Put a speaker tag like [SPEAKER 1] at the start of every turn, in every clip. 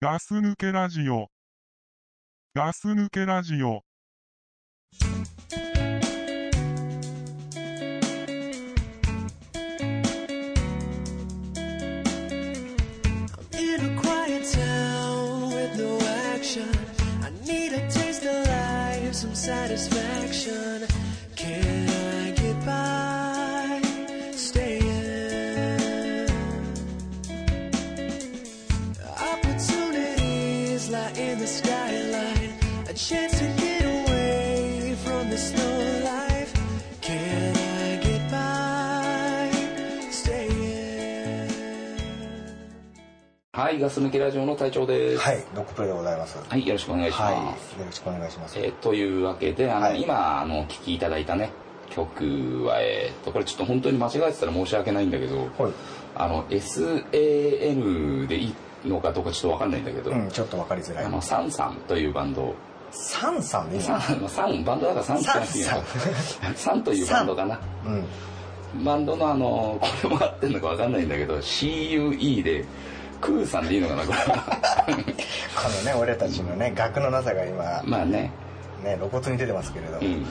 [SPEAKER 1] ガス抜けラジオ。ガス抜けラジオ。
[SPEAKER 2] I'm in a quiet town with no action. I need a taste of life, some satisfaction. Can I get by staying? Opportunities lie in the skyline. A chance to get away from this slow life. Can I get by staying?
[SPEAKER 3] はい、ガス抜けラジオの隊長です。は
[SPEAKER 4] はい、ドッグプレイでございます。
[SPEAKER 3] い、よろしくお願いします。
[SPEAKER 4] はいよろしくお願いします。
[SPEAKER 3] えーというわけで、あの、
[SPEAKER 4] はい
[SPEAKER 3] 今、あの、お聴きいただいたね、曲は、えーと、これちょっと本当に間違えてたら申し訳ないんだけど、
[SPEAKER 4] はい
[SPEAKER 3] あの、SAN でいいのかどうかちょっとわかんないんだけど、
[SPEAKER 4] うん、ちょっとわかりづら
[SPEAKER 3] あ
[SPEAKER 4] い。
[SPEAKER 3] の、サンサンというバンド、
[SPEAKER 4] サンさんでいい
[SPEAKER 3] サ
[SPEAKER 4] の
[SPEAKER 3] ン、サン、バンドだからサンサンっていうの サンというバンドかな。
[SPEAKER 4] うん。
[SPEAKER 3] バンドのあの、これも合ってんのかわかんないんだけど、CUE で、クーさんでいいのかな、これ は。
[SPEAKER 4] このね、俺たちのね、額のなさが今、
[SPEAKER 3] まあね、
[SPEAKER 4] ね、露骨に出てますけれど
[SPEAKER 3] う、ん。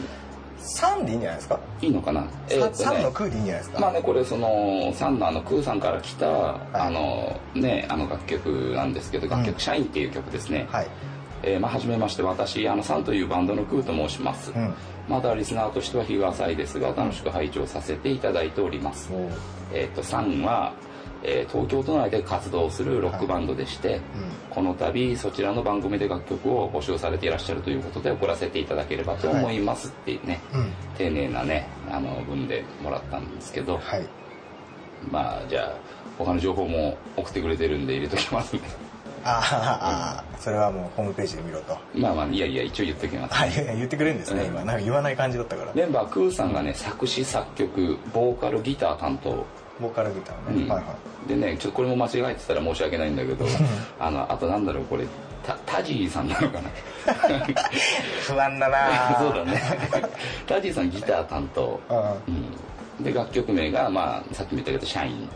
[SPEAKER 4] サンでいいんじゃないですか
[SPEAKER 3] いいのかなえーっと
[SPEAKER 4] サン
[SPEAKER 3] ね
[SPEAKER 4] の空でいいんじゃないです
[SPEAKER 3] まあ
[SPEAKER 4] か
[SPEAKER 3] ねこれそのサンのあのクーさんから来た、あのねあの楽曲なんですけど楽曲「社員」っていう曲ですね、
[SPEAKER 4] はい。
[SPEAKER 3] えーまあ初めまして私あのサンというバンドのクーと申します、
[SPEAKER 4] うん。
[SPEAKER 3] まだリスナーとしては日が浅いですが楽しく拝聴させていただいております、
[SPEAKER 4] そう。
[SPEAKER 3] えーっとサンは、えー東京都内で活動するロックバンドでして、この度そちらの番組で楽曲を募集されていらっしゃるということで送らせていただければと思いますっていうね、
[SPEAKER 4] うん。うん。
[SPEAKER 3] 丁寧なねあの文でもらったんですけど、
[SPEAKER 4] はい。
[SPEAKER 3] まあじゃあ他の情報も送ってくれてるんで入れ ときますね
[SPEAKER 4] ああ、それはもうホームページで見ろと。
[SPEAKER 3] まあまあいやいや一応言っときます、
[SPEAKER 4] はい、 言ってくれるんですね、今。なんか言わない感じだったから。
[SPEAKER 3] メンバークーさんがね作詞作曲ボーカルギター担当
[SPEAKER 4] ボーカルギター
[SPEAKER 3] うん
[SPEAKER 4] ね。はいは
[SPEAKER 3] でねちょっとこれも間違えてたら申し訳ないんだけ どあのあとなんだろうこれタタジーさんなのか な
[SPEAKER 4] い。不安だな
[SPEAKER 3] そうだねタジーさんギター担当、
[SPEAKER 4] う。
[SPEAKER 3] うんん、で楽曲名が、まあ、さっきも言ったけど「社員」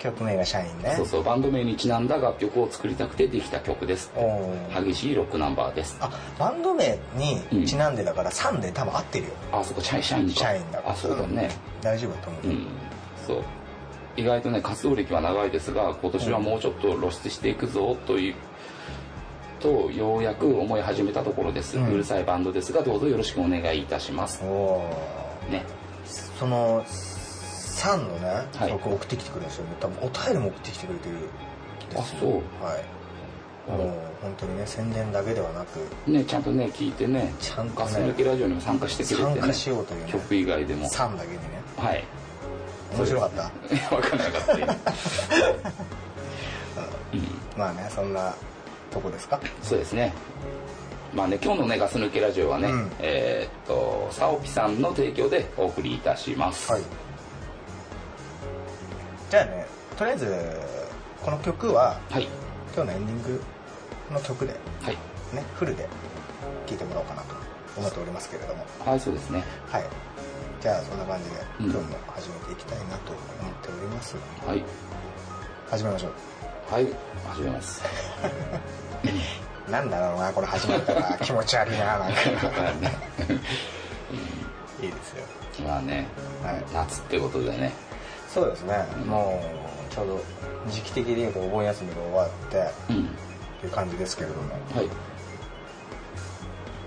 [SPEAKER 4] 曲名が社員ね
[SPEAKER 3] そう。そうバンド名にちなんだ楽曲を作りたくてできた曲です
[SPEAKER 4] おー
[SPEAKER 3] 激しいロックナンバーです
[SPEAKER 4] あバンド名にちなんでだから「サン」で多分合ってるよ
[SPEAKER 3] あそこチャイ社員か
[SPEAKER 4] 社員だから
[SPEAKER 3] あそうだね
[SPEAKER 4] 大丈夫だと思う、
[SPEAKER 3] うん、そう意外とね活動歴は長いですが今年はもうちょっと露出していくぞというとようやく思い始めたところです、う
[SPEAKER 4] うん
[SPEAKER 3] るさいバンドですがどうぞよろしくお願いいたします
[SPEAKER 4] おお
[SPEAKER 3] ね
[SPEAKER 4] その「サン」のね
[SPEAKER 3] はい
[SPEAKER 4] 曲送ってきてくれるんですよね多分お便りも送ってきてくれてる
[SPEAKER 3] あそう
[SPEAKER 4] はいもう本当にね宣伝だけではなく
[SPEAKER 3] ねちゃんとね聞いてね
[SPEAKER 4] ちゃんと
[SPEAKER 3] ガス抜
[SPEAKER 4] ね
[SPEAKER 3] けラジオにも参加してくれて、ね、
[SPEAKER 4] 参加しようというね
[SPEAKER 3] 曲以外で
[SPEAKER 4] 「
[SPEAKER 3] も
[SPEAKER 4] サン」だけにね
[SPEAKER 3] はい
[SPEAKER 4] 面白かった
[SPEAKER 3] 分かんなかった よ
[SPEAKER 4] まあねそんなとこですか
[SPEAKER 3] そうですね。まあね、今日のね、ガス抜けラジオはね、
[SPEAKER 4] うん
[SPEAKER 3] えーっと、サオピさんの提供でお送りいたします。
[SPEAKER 4] はいじゃあねとりあえずこの曲は
[SPEAKER 3] はい。
[SPEAKER 4] 今日のエンディングの曲で
[SPEAKER 3] はい。
[SPEAKER 4] ね、フルで聴いてもらおうかなと思っておりますけれども、
[SPEAKER 3] はい、そうですね。
[SPEAKER 4] はい。じゃあ、そんな感じで、
[SPEAKER 3] うん
[SPEAKER 4] 今日も始めていきたいなと思っております。
[SPEAKER 3] はい。
[SPEAKER 4] 始めましょ
[SPEAKER 3] はい、始めます。
[SPEAKER 4] う。なんだろうな、これ始まったら気持ち悪い な、なんか。いいですよ。
[SPEAKER 3] まあね、
[SPEAKER 4] はい。
[SPEAKER 3] 夏ってことでね、
[SPEAKER 4] そうですね、もう、ちょうど時期的に言うとお盆休みが終わって、
[SPEAKER 3] うん。
[SPEAKER 4] っていう感じですけれども、
[SPEAKER 3] はい。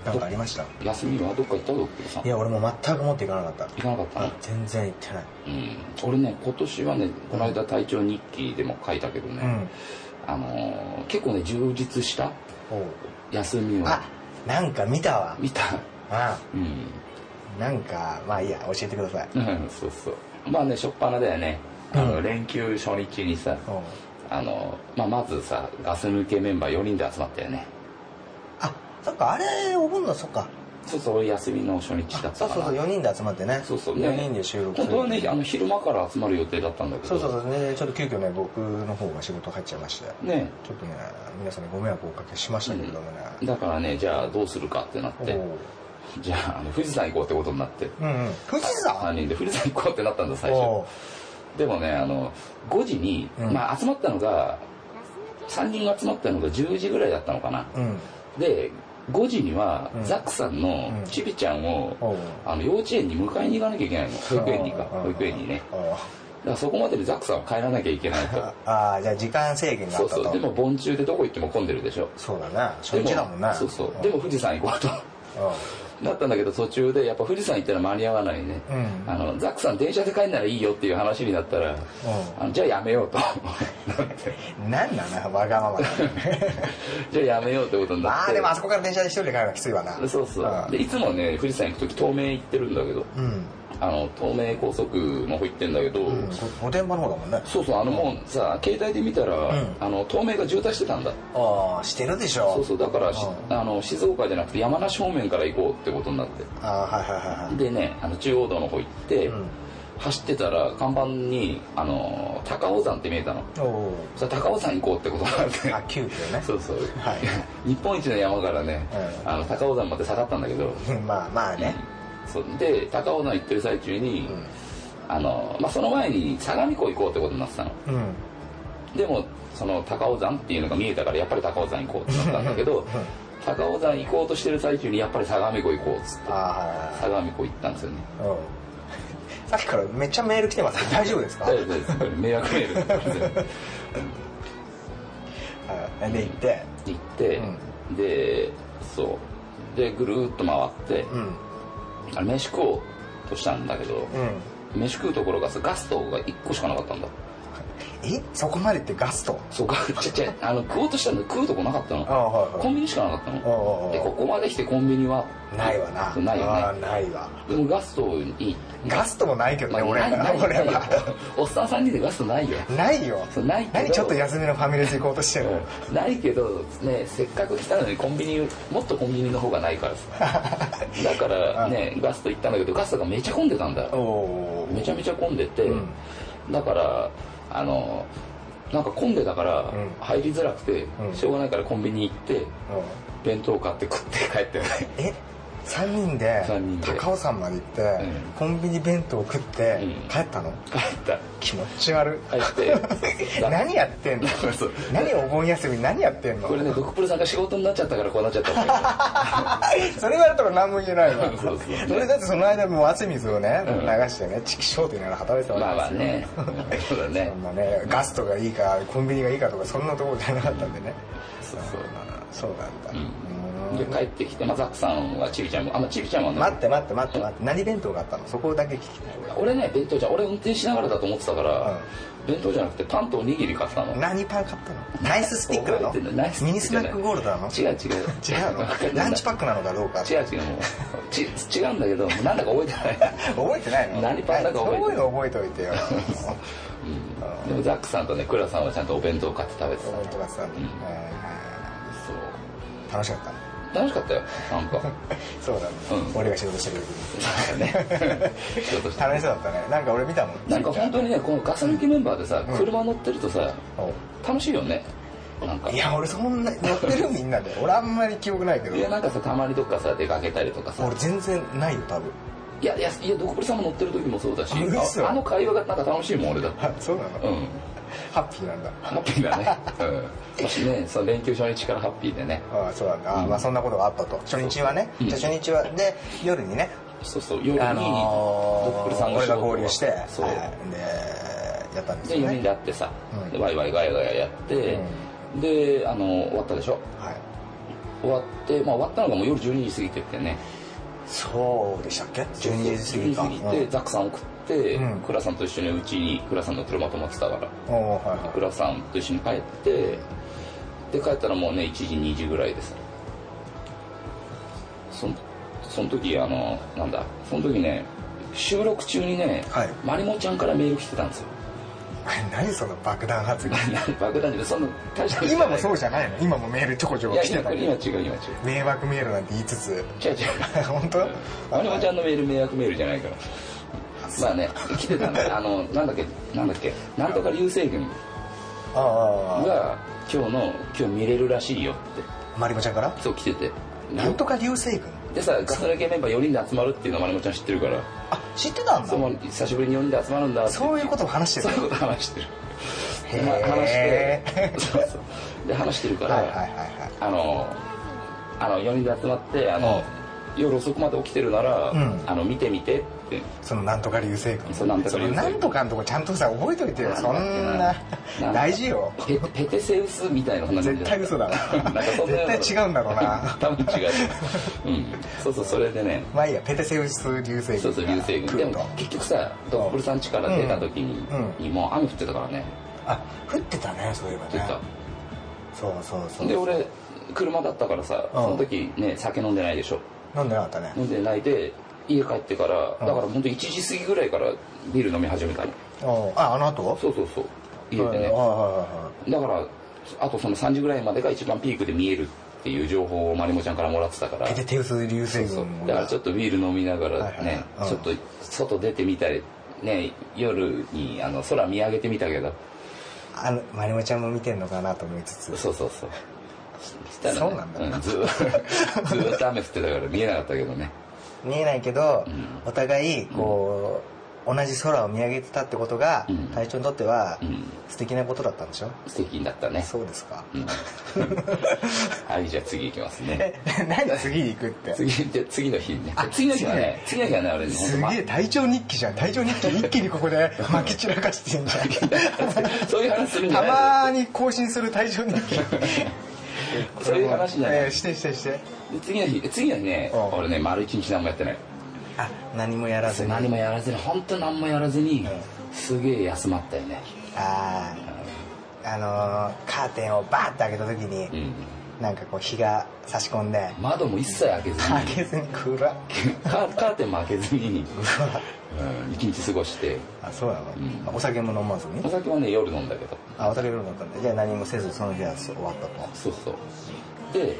[SPEAKER 4] なんかありました
[SPEAKER 3] 休みはどっか行ったドッグさん。
[SPEAKER 4] いや、俺もう全く持っていかなかった。
[SPEAKER 3] 行かなかったの
[SPEAKER 4] 全然行ってない。
[SPEAKER 3] うん。俺ね、今年はね、この間体調日記でも書いたけどね、
[SPEAKER 4] うん。
[SPEAKER 3] あのー結構ね、充実した
[SPEAKER 4] おう
[SPEAKER 3] 休みを
[SPEAKER 4] あ、なんか見たわ。
[SPEAKER 3] 見た。
[SPEAKER 4] あ
[SPEAKER 3] うん。
[SPEAKER 4] なんか、まあいいや、教えてください。
[SPEAKER 3] うんそうそうまあね初っ端だよねあの、
[SPEAKER 4] うん
[SPEAKER 3] 連休初日にさ
[SPEAKER 4] うん
[SPEAKER 3] あの、まあ、まずさガス抜けメンバー4人で集まったよね
[SPEAKER 4] あ、そっか、あれ、お盆の、そっか。
[SPEAKER 3] そうそう俺休みの初日だ
[SPEAKER 4] あ
[SPEAKER 3] った
[SPEAKER 4] そう
[SPEAKER 3] か
[SPEAKER 4] そう
[SPEAKER 3] ら
[SPEAKER 4] そう、4人で集まってね。
[SPEAKER 3] そうそう
[SPEAKER 4] 4人で収録する
[SPEAKER 3] 本当はねあの昼間から集まる予定だったんだけど
[SPEAKER 4] そうそうそう、ね、ちょっと急遽ね、僕の方が仕事入っちゃいまして。
[SPEAKER 3] ね
[SPEAKER 4] ちょっとね、皆さんにご迷惑をおかけしましたけれどもね。
[SPEAKER 3] だからねじゃあどうするかってなっ
[SPEAKER 4] お
[SPEAKER 3] て
[SPEAKER 4] う
[SPEAKER 3] じゃああの富士山行こうってことになって
[SPEAKER 4] うんうん。富士
[SPEAKER 3] 3
[SPEAKER 4] 山
[SPEAKER 3] 人で富士山行こうってなったんだ最初
[SPEAKER 4] おう
[SPEAKER 3] でもねあの5時に、
[SPEAKER 4] うん
[SPEAKER 3] まあ、集まったのが3人が集まったのが10時ぐらいだったのかな、
[SPEAKER 4] うん
[SPEAKER 3] で5時には
[SPEAKER 4] うん
[SPEAKER 3] ザックさんの
[SPEAKER 4] うん
[SPEAKER 3] ちびちゃんを、
[SPEAKER 4] おう
[SPEAKER 3] あの幼稚園に迎えに行かなきゃいけないの保育園にか保育園にね
[SPEAKER 4] おう
[SPEAKER 3] だからそこまででザックさんは帰らなきゃいけないと
[SPEAKER 4] ああじゃあ時間制限があ
[SPEAKER 3] そ
[SPEAKER 4] っ
[SPEAKER 3] う
[SPEAKER 4] た
[SPEAKER 3] そ
[SPEAKER 4] と
[SPEAKER 3] うでも盆中でどこ行っても混んでるでしょ
[SPEAKER 4] そうだな
[SPEAKER 3] で
[SPEAKER 4] 初
[SPEAKER 3] も
[SPEAKER 4] 日だもんな
[SPEAKER 3] そうそうでも富士山行こうと
[SPEAKER 4] う
[SPEAKER 3] なったんだけど途中でやっぱ富士山行ったら間に合わないね、
[SPEAKER 4] んうん
[SPEAKER 3] あのザックさん電車で帰んならいいよっていう話になったら、あのじゃあやめようと
[SPEAKER 4] うんなんだなわがままだね
[SPEAKER 3] じゃあやめようってことになっ
[SPEAKER 4] ま
[SPEAKER 3] て
[SPEAKER 4] あでもあそこから電車で一人で帰るのきついわな
[SPEAKER 3] そうそうでいつもね富士山行く時東名行ってるんだけど
[SPEAKER 4] うん
[SPEAKER 3] あの東名高速の方行ってんだけど、
[SPEAKER 4] うん御殿場の方だもんね
[SPEAKER 3] そうそうあのもうさ携帯で見たら、
[SPEAKER 4] ん
[SPEAKER 3] あの東名が渋滞してたんだ
[SPEAKER 4] ああしてるでしょ
[SPEAKER 3] そうそうだからし
[SPEAKER 4] う
[SPEAKER 3] あの静岡じゃなくて山梨方面から行こうってことになって
[SPEAKER 4] ああはいはいはいはい
[SPEAKER 3] でねあの中央道の方行って、
[SPEAKER 4] ん
[SPEAKER 3] 走ってたら看板にあの高尾山って見えたの
[SPEAKER 4] おお
[SPEAKER 3] それ高尾山行こうってことになっ
[SPEAKER 4] あ
[SPEAKER 3] て
[SPEAKER 4] 急遽ね
[SPEAKER 3] そうそう、
[SPEAKER 4] はい
[SPEAKER 3] 日本一の山からね、
[SPEAKER 4] うん
[SPEAKER 3] あの高尾山まで下がったんだけど、
[SPEAKER 4] うん まあまあね
[SPEAKER 3] そうで高尾山行ってる最中に、
[SPEAKER 4] ん
[SPEAKER 3] あのまあ、その前に相模湖行こうってことになってたの
[SPEAKER 4] うん
[SPEAKER 3] でもその高尾山っていうのが見えたからやっぱり高尾山行こうってなったんだけど高尾山行こうとしてる最中にやっぱり相模湖行こうっつって
[SPEAKER 4] ああはいはいはい
[SPEAKER 3] 相模湖行ったんですよね
[SPEAKER 4] うん さっきからめっちゃメール来 てます大丈夫ですか
[SPEAKER 3] 大丈夫です迷惑メール
[SPEAKER 4] はいで行って
[SPEAKER 3] 行 って、でそうでぐるーっと回って
[SPEAKER 4] う、ん
[SPEAKER 3] あれ飯食おうとしたんだけど、
[SPEAKER 4] うん
[SPEAKER 3] 飯食うところがさガストが1個しかなかったんだ
[SPEAKER 4] えそこまでってガスト
[SPEAKER 3] そうガちっちゃいあの食おうとしたんだけど食うとこなかったの
[SPEAKER 4] ああはいはい
[SPEAKER 3] コンビニしかなかったの
[SPEAKER 4] おうおう
[SPEAKER 3] でここまで来てコンビニは
[SPEAKER 4] ないわな
[SPEAKER 3] ない
[SPEAKER 4] あ
[SPEAKER 3] よ
[SPEAKER 4] あ
[SPEAKER 3] ね
[SPEAKER 4] ないわ
[SPEAKER 3] でもガストに
[SPEAKER 4] ガストもないけど
[SPEAKER 3] ま
[SPEAKER 4] ね
[SPEAKER 3] あ
[SPEAKER 4] 俺
[SPEAKER 3] ないない
[SPEAKER 4] 俺
[SPEAKER 3] ないよ
[SPEAKER 4] は
[SPEAKER 3] おっさん3人でガストないよ
[SPEAKER 4] ないよ
[SPEAKER 3] そうないけど
[SPEAKER 4] 何ちょっと休みのファミレス行こうとしてるの
[SPEAKER 3] うんないけどねせっかく来たのにコンビニもっとコンビニの方がないから さだからねガスト行ったんだけどガストがめちゃ混んでたんだ
[SPEAKER 4] おお
[SPEAKER 3] めちゃめちゃ混んでて、
[SPEAKER 4] うん
[SPEAKER 3] だからあのなんか混んでたから
[SPEAKER 4] ん
[SPEAKER 3] 入りづらくて、
[SPEAKER 4] うん
[SPEAKER 3] しょうがないからコンビニ行って弁当買って食って帰って
[SPEAKER 4] え三人で
[SPEAKER 3] 三人で
[SPEAKER 4] 高尾山まで行って、
[SPEAKER 3] ん
[SPEAKER 4] コンビニ弁当食って、
[SPEAKER 3] うん
[SPEAKER 4] 帰ったの
[SPEAKER 3] 帰った
[SPEAKER 4] 気持ち悪
[SPEAKER 3] 帰って
[SPEAKER 4] い 何やってんの
[SPEAKER 3] そうそう
[SPEAKER 4] 何お盆休みに何やってんの
[SPEAKER 3] これねドクプルさんが仕事になっちゃったからこうなっちゃったんだけど
[SPEAKER 4] それ言われたら何も言えないわ
[SPEAKER 3] そうそうそう
[SPEAKER 4] それだってその間もう汗水をね、
[SPEAKER 3] ん
[SPEAKER 4] 流してねチキショーと言いながら働いてた
[SPEAKER 3] まあま
[SPEAKER 4] わ
[SPEAKER 3] あ
[SPEAKER 4] けですよ、
[SPEAKER 3] ねうんそうだね
[SPEAKER 4] そんなねガストがいいかコンビニがいいかとかそんなところじゃなかったんでね
[SPEAKER 3] そうそう
[SPEAKER 4] そうなんだ、うーん
[SPEAKER 3] で帰ってきて、まあ、ザックさんはちびちゃんもあまあちびちゃんはね、
[SPEAKER 4] 待って待って待って待って何弁当があったのそこだけ聞きた
[SPEAKER 3] 俺ね弁当じゃん俺運転しながらだと思ってたから、
[SPEAKER 4] うん
[SPEAKER 3] 弁当じゃなくてパンとおにぎり買ってたの
[SPEAKER 4] い何パン買ったのナイススティックなの
[SPEAKER 3] 覚えてんナイス
[SPEAKER 4] ミニスナックゴールドなの
[SPEAKER 3] 違う違う
[SPEAKER 4] 違うのランチパックなのかどうか
[SPEAKER 3] 違う違うもうち違うんだけどなんだか覚えてない
[SPEAKER 4] 覚えてないの
[SPEAKER 3] 何パンだか覚えてない
[SPEAKER 4] そういうの覚えてお いてよ
[SPEAKER 3] でもザックさんとねクラさんはちゃんとお弁当買って食べてた
[SPEAKER 4] 覚えてますよ
[SPEAKER 3] ん
[SPEAKER 4] え
[SPEAKER 3] そう
[SPEAKER 4] ー楽しかった
[SPEAKER 3] 楽しかったよなんか
[SPEAKER 4] そうだね、
[SPEAKER 3] うん
[SPEAKER 4] 俺が仕事してる時に
[SPEAKER 3] ね仕事して
[SPEAKER 4] 楽しそうだったねなんか俺見たもん
[SPEAKER 3] なんか本当にねこのガス抜きメンバーでさ車乗ってるとさ楽しいよねなんか
[SPEAKER 4] いや俺そんな乗ってるみんなで俺あんまり記憶ないけど
[SPEAKER 3] いやなんかさたまにどっかさ出かけたりとかさ
[SPEAKER 4] 俺全然ないよ多分
[SPEAKER 3] いやいやいやドクプリさんも乗ってる時もそうだし
[SPEAKER 4] 嘘
[SPEAKER 3] ああの会話がなんか楽しいもん俺だって
[SPEAKER 4] あそうなの、
[SPEAKER 3] うん
[SPEAKER 4] ハッピーなんだ
[SPEAKER 3] ハッピーだ ねうんもしねその連休初日からハッピーでね
[SPEAKER 4] ああそうなんだ、ああまあそんなことがあったと初日はね、じゃあ初日はで夜にね、
[SPEAKER 3] そうそう夜に
[SPEAKER 4] あの
[SPEAKER 3] ドクプリさん
[SPEAKER 4] 俺
[SPEAKER 3] 仕
[SPEAKER 4] が
[SPEAKER 3] 事を
[SPEAKER 4] 合流して
[SPEAKER 3] そう
[SPEAKER 4] はいでやったんです
[SPEAKER 3] で4
[SPEAKER 4] よ
[SPEAKER 3] 人
[SPEAKER 4] ね
[SPEAKER 3] で会ってさ、
[SPEAKER 4] うん
[SPEAKER 3] でワイワイガヤガヤやって、であの終わったでしょ
[SPEAKER 4] はい
[SPEAKER 3] 終わって、まあ、終わったのがもう夜12時過ぎてってね
[SPEAKER 4] そうでしたっけ12時過ぎか
[SPEAKER 3] 12時過ぎて、ザックさん送って、
[SPEAKER 4] うん
[SPEAKER 3] クラさんと一緒にうちにクラさんの車泊まってたから
[SPEAKER 4] うん、おおはいはい
[SPEAKER 3] クラさんと一緒に帰ってで帰ったらもうね1時2時ぐらいですそんその時あのなんだその時ね収録中にね、
[SPEAKER 4] はい
[SPEAKER 3] まりもちゃんからメール来てたんですよ
[SPEAKER 4] 何その爆弾発言
[SPEAKER 3] 爆弾でそんな大したことじゃ
[SPEAKER 4] 今
[SPEAKER 3] な
[SPEAKER 4] も
[SPEAKER 3] い
[SPEAKER 4] そうじゃないの今もメールちょこちょ
[SPEAKER 3] い
[SPEAKER 4] こ
[SPEAKER 3] や
[SPEAKER 4] 来てた
[SPEAKER 3] 今
[SPEAKER 4] け
[SPEAKER 3] 今
[SPEAKER 4] ど
[SPEAKER 3] 違う今違う
[SPEAKER 4] 迷惑メールなんて言いつつ
[SPEAKER 3] 違う違う
[SPEAKER 4] 本当
[SPEAKER 3] まりもちゃんのメール迷惑メールじゃないからまあね来てたん だあのなんだっけなんだっけなんとか流星群
[SPEAKER 4] あああ
[SPEAKER 3] が今日の今日見れるらしいよって
[SPEAKER 4] あマリコちゃんから
[SPEAKER 3] そう来てて
[SPEAKER 4] なんとか流星群
[SPEAKER 3] でさガス抜けメンバー4人で集まるっていうのはまりもちゃん知ってるから
[SPEAKER 4] あ知ってたんだ
[SPEAKER 3] そう久しぶりに4人で集まるんだって
[SPEAKER 4] そういうことを話して
[SPEAKER 3] そう
[SPEAKER 4] る
[SPEAKER 3] いうこと話してる
[SPEAKER 4] へー
[SPEAKER 3] まあ話してそうそうで話してるから、
[SPEAKER 4] はいはいはいはい
[SPEAKER 3] あのあの4人で集まってあの、夜遅くまで起きてるなら、
[SPEAKER 4] うん
[SPEAKER 3] あの見てみてって
[SPEAKER 4] そのなんとか流星群
[SPEAKER 3] そうなんとか流星群
[SPEAKER 4] そのなんとかのとこちゃんとさ覚えといてよそん
[SPEAKER 3] なん
[SPEAKER 4] な
[SPEAKER 3] だっけな
[SPEAKER 4] 大事よ
[SPEAKER 3] ペペテセウスみたいな話
[SPEAKER 4] 絶対嘘だ
[SPEAKER 3] なんか
[SPEAKER 4] な
[SPEAKER 3] そんなよな
[SPEAKER 4] 絶対違うんだろうな
[SPEAKER 3] 多分違う、うん、そうそうそれでね
[SPEAKER 4] まあいいやペテセウス流星群
[SPEAKER 3] そうそう流星群
[SPEAKER 4] 来
[SPEAKER 3] で
[SPEAKER 4] ると
[SPEAKER 3] も結局さドップルさん家から出た時に、
[SPEAKER 4] うん
[SPEAKER 3] もう雨降ってたからね
[SPEAKER 4] あ降ってたねそういえば
[SPEAKER 3] 出
[SPEAKER 4] ね
[SPEAKER 3] た、
[SPEAKER 4] そうそうそう
[SPEAKER 3] で俺車だったからさその時ね酒飲んでないでしょ
[SPEAKER 4] 飲んでなかったね
[SPEAKER 3] 飲んでないで家帰ってからだから本当1時過ぎぐらいからビール飲み始めたの
[SPEAKER 4] おうああの後
[SPEAKER 3] そうそうそう家
[SPEAKER 4] はい
[SPEAKER 3] でね
[SPEAKER 4] はいは
[SPEAKER 3] だからあとその3時ぐらいまでが一番ピークで見えるっていう情報をまりもちゃんからもらってたから
[SPEAKER 4] いはいペテテウス流星
[SPEAKER 3] そう
[SPEAKER 4] 群
[SPEAKER 3] だからちょ
[SPEAKER 4] っ
[SPEAKER 3] っとビール飲みながら
[SPEAKER 4] はい
[SPEAKER 3] ね
[SPEAKER 4] はい
[SPEAKER 3] ちょっと外出てみたりね夜にあの空見上げてみたけど
[SPEAKER 4] あのまりもちゃんも見てんのかなと思いつつ
[SPEAKER 3] そうそうそうしたらね
[SPEAKER 4] そうなんだ
[SPEAKER 3] ずー ずーっと雨降ってたから見えなかったけどね
[SPEAKER 4] 見えないけど、
[SPEAKER 3] うん
[SPEAKER 4] お互いこう、同じ空を見上げてたってことが、
[SPEAKER 3] うん
[SPEAKER 4] 隊長にとっては、
[SPEAKER 3] うん
[SPEAKER 4] 素敵なことだったんでしょ
[SPEAKER 3] 素敵だったね
[SPEAKER 4] そうですか、
[SPEAKER 3] うん はいじゃあ次行きますね
[SPEAKER 4] え 何次に行くって
[SPEAKER 3] 次じゃあ次の日ね次の日はね次の日はね俺ね
[SPEAKER 4] す
[SPEAKER 3] ほん
[SPEAKER 4] げえ隊長日記じゃん隊長日記一気にここで 巻き散らかしてんじゃん
[SPEAKER 3] と そういう話するんじゃ
[SPEAKER 4] た
[SPEAKER 3] ない
[SPEAKER 4] まーに更新する隊長日記
[SPEAKER 3] そういう話じゃない
[SPEAKER 4] えーしてしてして
[SPEAKER 3] で次の日次の日ね
[SPEAKER 4] うん
[SPEAKER 3] 俺ね丸一日何もやってない
[SPEAKER 4] あ何もやらずに
[SPEAKER 3] 何もやらずに本当何もやらずに
[SPEAKER 4] ん
[SPEAKER 3] すげえ休まったよね
[SPEAKER 4] あーあのーカーテンをバーッて開けた時に、
[SPEAKER 3] うん
[SPEAKER 4] なんかこう日が差し込んで
[SPEAKER 3] 窓も一切開けず
[SPEAKER 4] 開
[SPEAKER 3] に
[SPEAKER 4] けずに暗っ
[SPEAKER 3] カーカーテンも開けずにうん一日過ごして
[SPEAKER 4] あそうなの、
[SPEAKER 3] うん
[SPEAKER 4] お酒も飲まずに
[SPEAKER 3] お酒はね夜飲んだけど
[SPEAKER 4] あお酒飲んだったんだじゃあ何もせずその日は終わったと、
[SPEAKER 3] そうそうで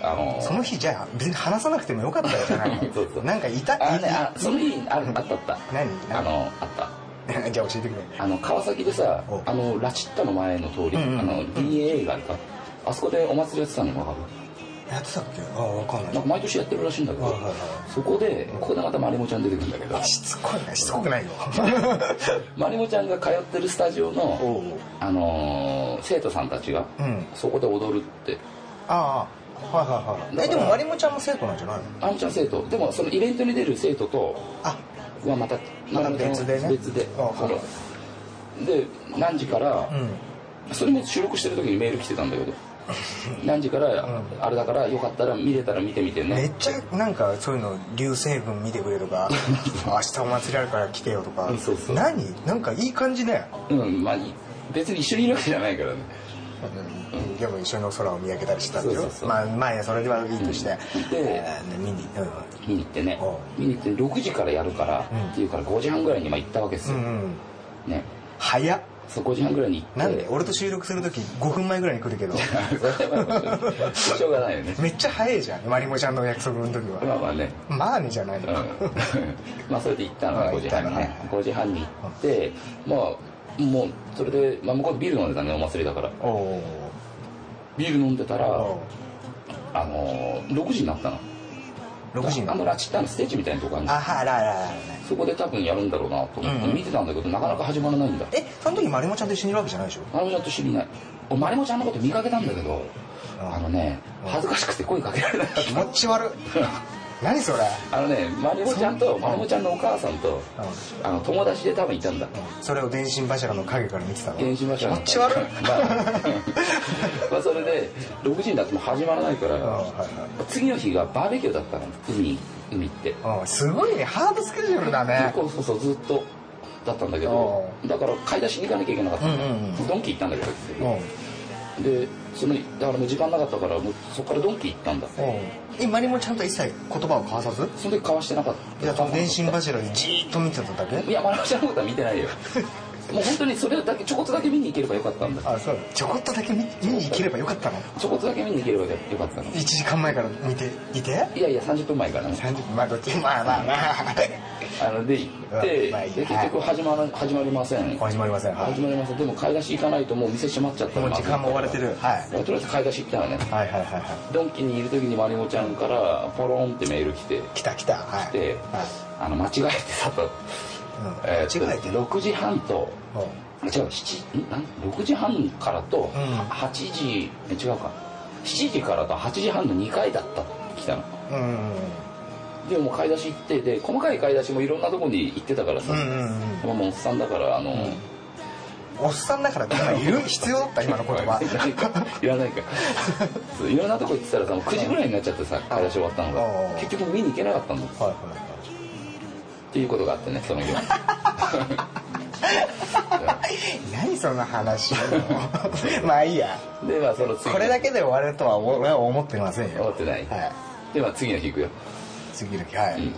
[SPEAKER 3] あの
[SPEAKER 4] その日じゃあ別に話さなくてもよかったよじゃない
[SPEAKER 3] そうそう
[SPEAKER 4] なんかいた
[SPEAKER 3] あ
[SPEAKER 4] い
[SPEAKER 3] ねあその日あるあったあった
[SPEAKER 4] 何
[SPEAKER 3] あのあった
[SPEAKER 4] い じゃあ教えてくれ
[SPEAKER 3] あの川崎でさ
[SPEAKER 4] お
[SPEAKER 3] あのラチッタの前の通り、
[SPEAKER 4] うんうん
[SPEAKER 3] あの DA があるかあそこでお祭りやってたの分か
[SPEAKER 4] やってたっけあわかんな
[SPEAKER 3] る
[SPEAKER 4] い
[SPEAKER 3] なんか毎年やってるらしいんだけど、
[SPEAKER 4] はいはいはい
[SPEAKER 3] そこでここでまたまりもちゃん出てくるんだけど
[SPEAKER 4] しつこいなしつこくないよ
[SPEAKER 3] まりもちゃんが通ってるスタジオ
[SPEAKER 4] お
[SPEAKER 3] の、
[SPEAKER 4] うおう
[SPEAKER 3] あのー生徒さんたちが、
[SPEAKER 4] うん
[SPEAKER 3] そこで踊るって
[SPEAKER 4] ああはいはいはいえでもまりもちゃんも生徒なんじゃないの
[SPEAKER 3] あんちゃん生徒でもそのイベントに出る生徒と
[SPEAKER 4] あ
[SPEAKER 3] はまた
[SPEAKER 4] また別でね
[SPEAKER 3] 別で
[SPEAKER 4] あは
[SPEAKER 3] そので何時から、
[SPEAKER 4] うん
[SPEAKER 3] それも収録してる時にメール来てたんだけ ど何時から、あれだからよかったら見れたら見てみて
[SPEAKER 4] め
[SPEAKER 3] ね
[SPEAKER 4] っちゃなんかそういうの流星群見てくれとか 明日お祭りあるから来てよとか
[SPEAKER 3] うんそうそう
[SPEAKER 4] 何なんかいい感じね
[SPEAKER 3] うんまあ別に一緒にいるわけじゃないからね
[SPEAKER 4] うんでも一緒の空を見上げたりしたんでし
[SPEAKER 3] そう
[SPEAKER 4] ょ
[SPEAKER 3] そうそう
[SPEAKER 4] まあ前それではいいとして、
[SPEAKER 3] うんで
[SPEAKER 4] えー見に行っ
[SPEAKER 3] 見に行ってね
[SPEAKER 4] おう
[SPEAKER 3] 見に行って6時からやるから、
[SPEAKER 4] う
[SPEAKER 3] っ
[SPEAKER 4] ん
[SPEAKER 3] ていうから5時半ぐらいにまあ行ったわけです
[SPEAKER 4] う
[SPEAKER 3] よ、
[SPEAKER 4] んうんうん
[SPEAKER 3] ね
[SPEAKER 4] 早っ
[SPEAKER 3] そう5時半ぐらいに行って
[SPEAKER 4] なんで俺と収録する時5分前ぐらいに来るけど
[SPEAKER 3] それはまあ しょうがないよね
[SPEAKER 4] めっちゃ早いじゃんまりもちゃんのお約束の時は
[SPEAKER 3] まあまあね
[SPEAKER 4] まあねじゃないの、
[SPEAKER 3] うん まあそれで行ったの
[SPEAKER 4] あ
[SPEAKER 3] が
[SPEAKER 4] あ
[SPEAKER 3] 5時半に
[SPEAKER 4] 行っ
[SPEAKER 3] ね
[SPEAKER 4] たの
[SPEAKER 3] 5時半に行ってまあもうそれで、まあ、向こうでビール飲んでたねお祭りだから
[SPEAKER 4] おお
[SPEAKER 3] ビール飲んでたら
[SPEAKER 4] お
[SPEAKER 3] あのー6時になったの
[SPEAKER 4] 6時に
[SPEAKER 3] あ
[SPEAKER 4] な
[SPEAKER 3] のラチッタのステージみたいなとこあるん
[SPEAKER 4] あ
[SPEAKER 3] です
[SPEAKER 4] はららら
[SPEAKER 3] そこで多分やるんだろうなと思っ
[SPEAKER 4] うんう
[SPEAKER 3] て
[SPEAKER 4] ん
[SPEAKER 3] 見てたんだけどなかなか始まらないんだ
[SPEAKER 4] えその時まりもちゃんと一緒にいるわけじゃないでしょ
[SPEAKER 3] まりもちゃんと知りない俺まりもちゃんのこと見かけたんだけど
[SPEAKER 4] うん
[SPEAKER 3] あのね恥ずかしくて声かけられなかっ
[SPEAKER 4] 気持ち悪っ 何それ、
[SPEAKER 3] たあのねまりもちゃんとまりもちゃんのお母さんと
[SPEAKER 4] う
[SPEAKER 3] あの友達で多分いたんだ
[SPEAKER 4] ん、それを電信柱の影から見てたの
[SPEAKER 3] 原始場所
[SPEAKER 4] 気持ち悪っ
[SPEAKER 3] まあまあそれで6時になっても始まらないから、
[SPEAKER 4] うんはいはい
[SPEAKER 3] 次の日がバーベキューだったの海海行って、
[SPEAKER 4] うんすごいねハードスケジュールだね
[SPEAKER 3] そうそうそうずっとだったんだけどだから買い出しに行かなきゃいけなかったの、
[SPEAKER 4] うんうんう
[SPEAKER 3] ドンキ行ったんだけど
[SPEAKER 4] うんうん
[SPEAKER 3] でそのだからもう時間なかったからもうそこからドンキ行ったんだ
[SPEAKER 4] えマリもちゃんと一切言葉を交わさず
[SPEAKER 3] その時交わしてなかった
[SPEAKER 4] じゃあ電信柱でじーっと見てただけ
[SPEAKER 3] いやマラちゃんのことは見てないよもう本当にそれだけちょこっとだけ見に行ければよかったんだ
[SPEAKER 4] あそうちょこっとだけ見見に行ければよかったの
[SPEAKER 3] ちょこっとだけ見に行ければよかったの
[SPEAKER 4] 1時間前から見ていて
[SPEAKER 3] いやいや30分前からね
[SPEAKER 4] 30分まあどっちもまあまあまあ
[SPEAKER 3] あので行って、
[SPEAKER 4] うんまあいい
[SPEAKER 3] で結局始まら始まりません、
[SPEAKER 4] 始まりませんはい
[SPEAKER 3] 始まりませんでも買い出し行かないともう店閉まっちゃった
[SPEAKER 4] もう時間も追われてるはい
[SPEAKER 3] だからとりあえず買い出し行ったらね
[SPEAKER 4] はいはいはいは
[SPEAKER 3] ドンキにいる時にまりもちゃんからポロンってメール来て
[SPEAKER 4] い来た来たはい
[SPEAKER 3] で、
[SPEAKER 4] は
[SPEAKER 3] あの間違えてさと,、
[SPEAKER 4] いうん
[SPEAKER 3] と
[SPEAKER 4] 間違えてる
[SPEAKER 3] 6時半と
[SPEAKER 4] うん
[SPEAKER 3] 違う7んなん6時半からと
[SPEAKER 4] うん
[SPEAKER 3] 8時、え違うか7時からと8時半の2回だったって来たの
[SPEAKER 4] うん
[SPEAKER 3] でもう買い出し行ってで細かい買い出しもいろんなとこに行ってたからさ、
[SPEAKER 4] うんうんうん
[SPEAKER 3] まあもうおっさんだからあの、
[SPEAKER 4] おっさんだからだからいる必要だった今の 言葉
[SPEAKER 3] いらないかそういろんなとこ行ってたらさもう9時ぐらいになっちゃってさ買い出し終わったの
[SPEAKER 4] ああ
[SPEAKER 3] が結局見に行けなかったんだっ
[SPEAKER 4] はいはい
[SPEAKER 3] ていうことがあってねその日は
[SPEAKER 4] はい何その話 まあいいや
[SPEAKER 3] でまあその次
[SPEAKER 4] これだ
[SPEAKER 3] け
[SPEAKER 4] けで終わるとは俺は思ってませんよ
[SPEAKER 3] 思ってない
[SPEAKER 4] はい
[SPEAKER 3] でまあ次の日行くよ
[SPEAKER 4] 次の日はい、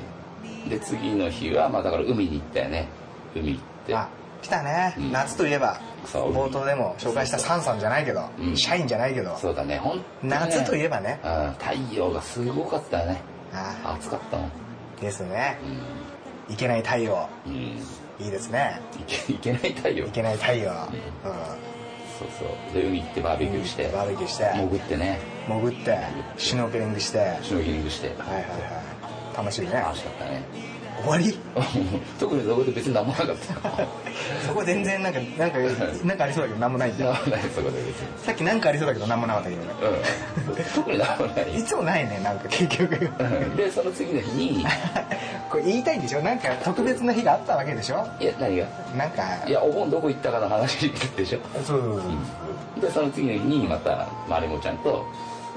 [SPEAKER 3] で次の日はまあだから海に行ったよね海行って
[SPEAKER 4] あ来たね、
[SPEAKER 3] うん
[SPEAKER 4] 夏といえば
[SPEAKER 3] そう
[SPEAKER 4] 冒頭でも紹介したサンさんじゃないけど、
[SPEAKER 3] うん
[SPEAKER 4] 社員じゃないけど、
[SPEAKER 3] そうだね本当にね
[SPEAKER 4] 夏といえばね
[SPEAKER 3] うん太陽がすごかったよね
[SPEAKER 4] あ
[SPEAKER 3] 暑かったもん
[SPEAKER 4] ですね
[SPEAKER 3] う
[SPEAKER 4] いけない太陽
[SPEAKER 3] ん、うん、い
[SPEAKER 4] いいですね
[SPEAKER 3] けいけない太陽
[SPEAKER 4] いけない太陽、
[SPEAKER 3] そうそうで海行ってバーベキューして
[SPEAKER 4] バーベキューして
[SPEAKER 3] 潜ってね
[SPEAKER 4] うん、潜ってシュノーケリングしてはい
[SPEAKER 3] シュノーケリングして
[SPEAKER 4] はいはい楽しいね
[SPEAKER 3] 楽しかったね
[SPEAKER 4] 終わり
[SPEAKER 3] 特にそこで別に何もなか ったよ
[SPEAKER 4] そこ全然なんかなん かなんかありそうだけどなんもないんだよ
[SPEAKER 3] 何もないそこで別に
[SPEAKER 4] さっきなんかありそうだけどなんもなかったけどね
[SPEAKER 3] うん特に何もない
[SPEAKER 4] いつもないねなんか結局
[SPEAKER 3] うんでその次の日に
[SPEAKER 4] これ言いたいんでしょなんか特別な日があったわけでしょ
[SPEAKER 3] いや何が
[SPEAKER 4] なんか
[SPEAKER 3] いやお盆どこ行ったかの話でしょ
[SPEAKER 4] そうそうそうそう
[SPEAKER 3] でその次の日にまたまりもちゃんと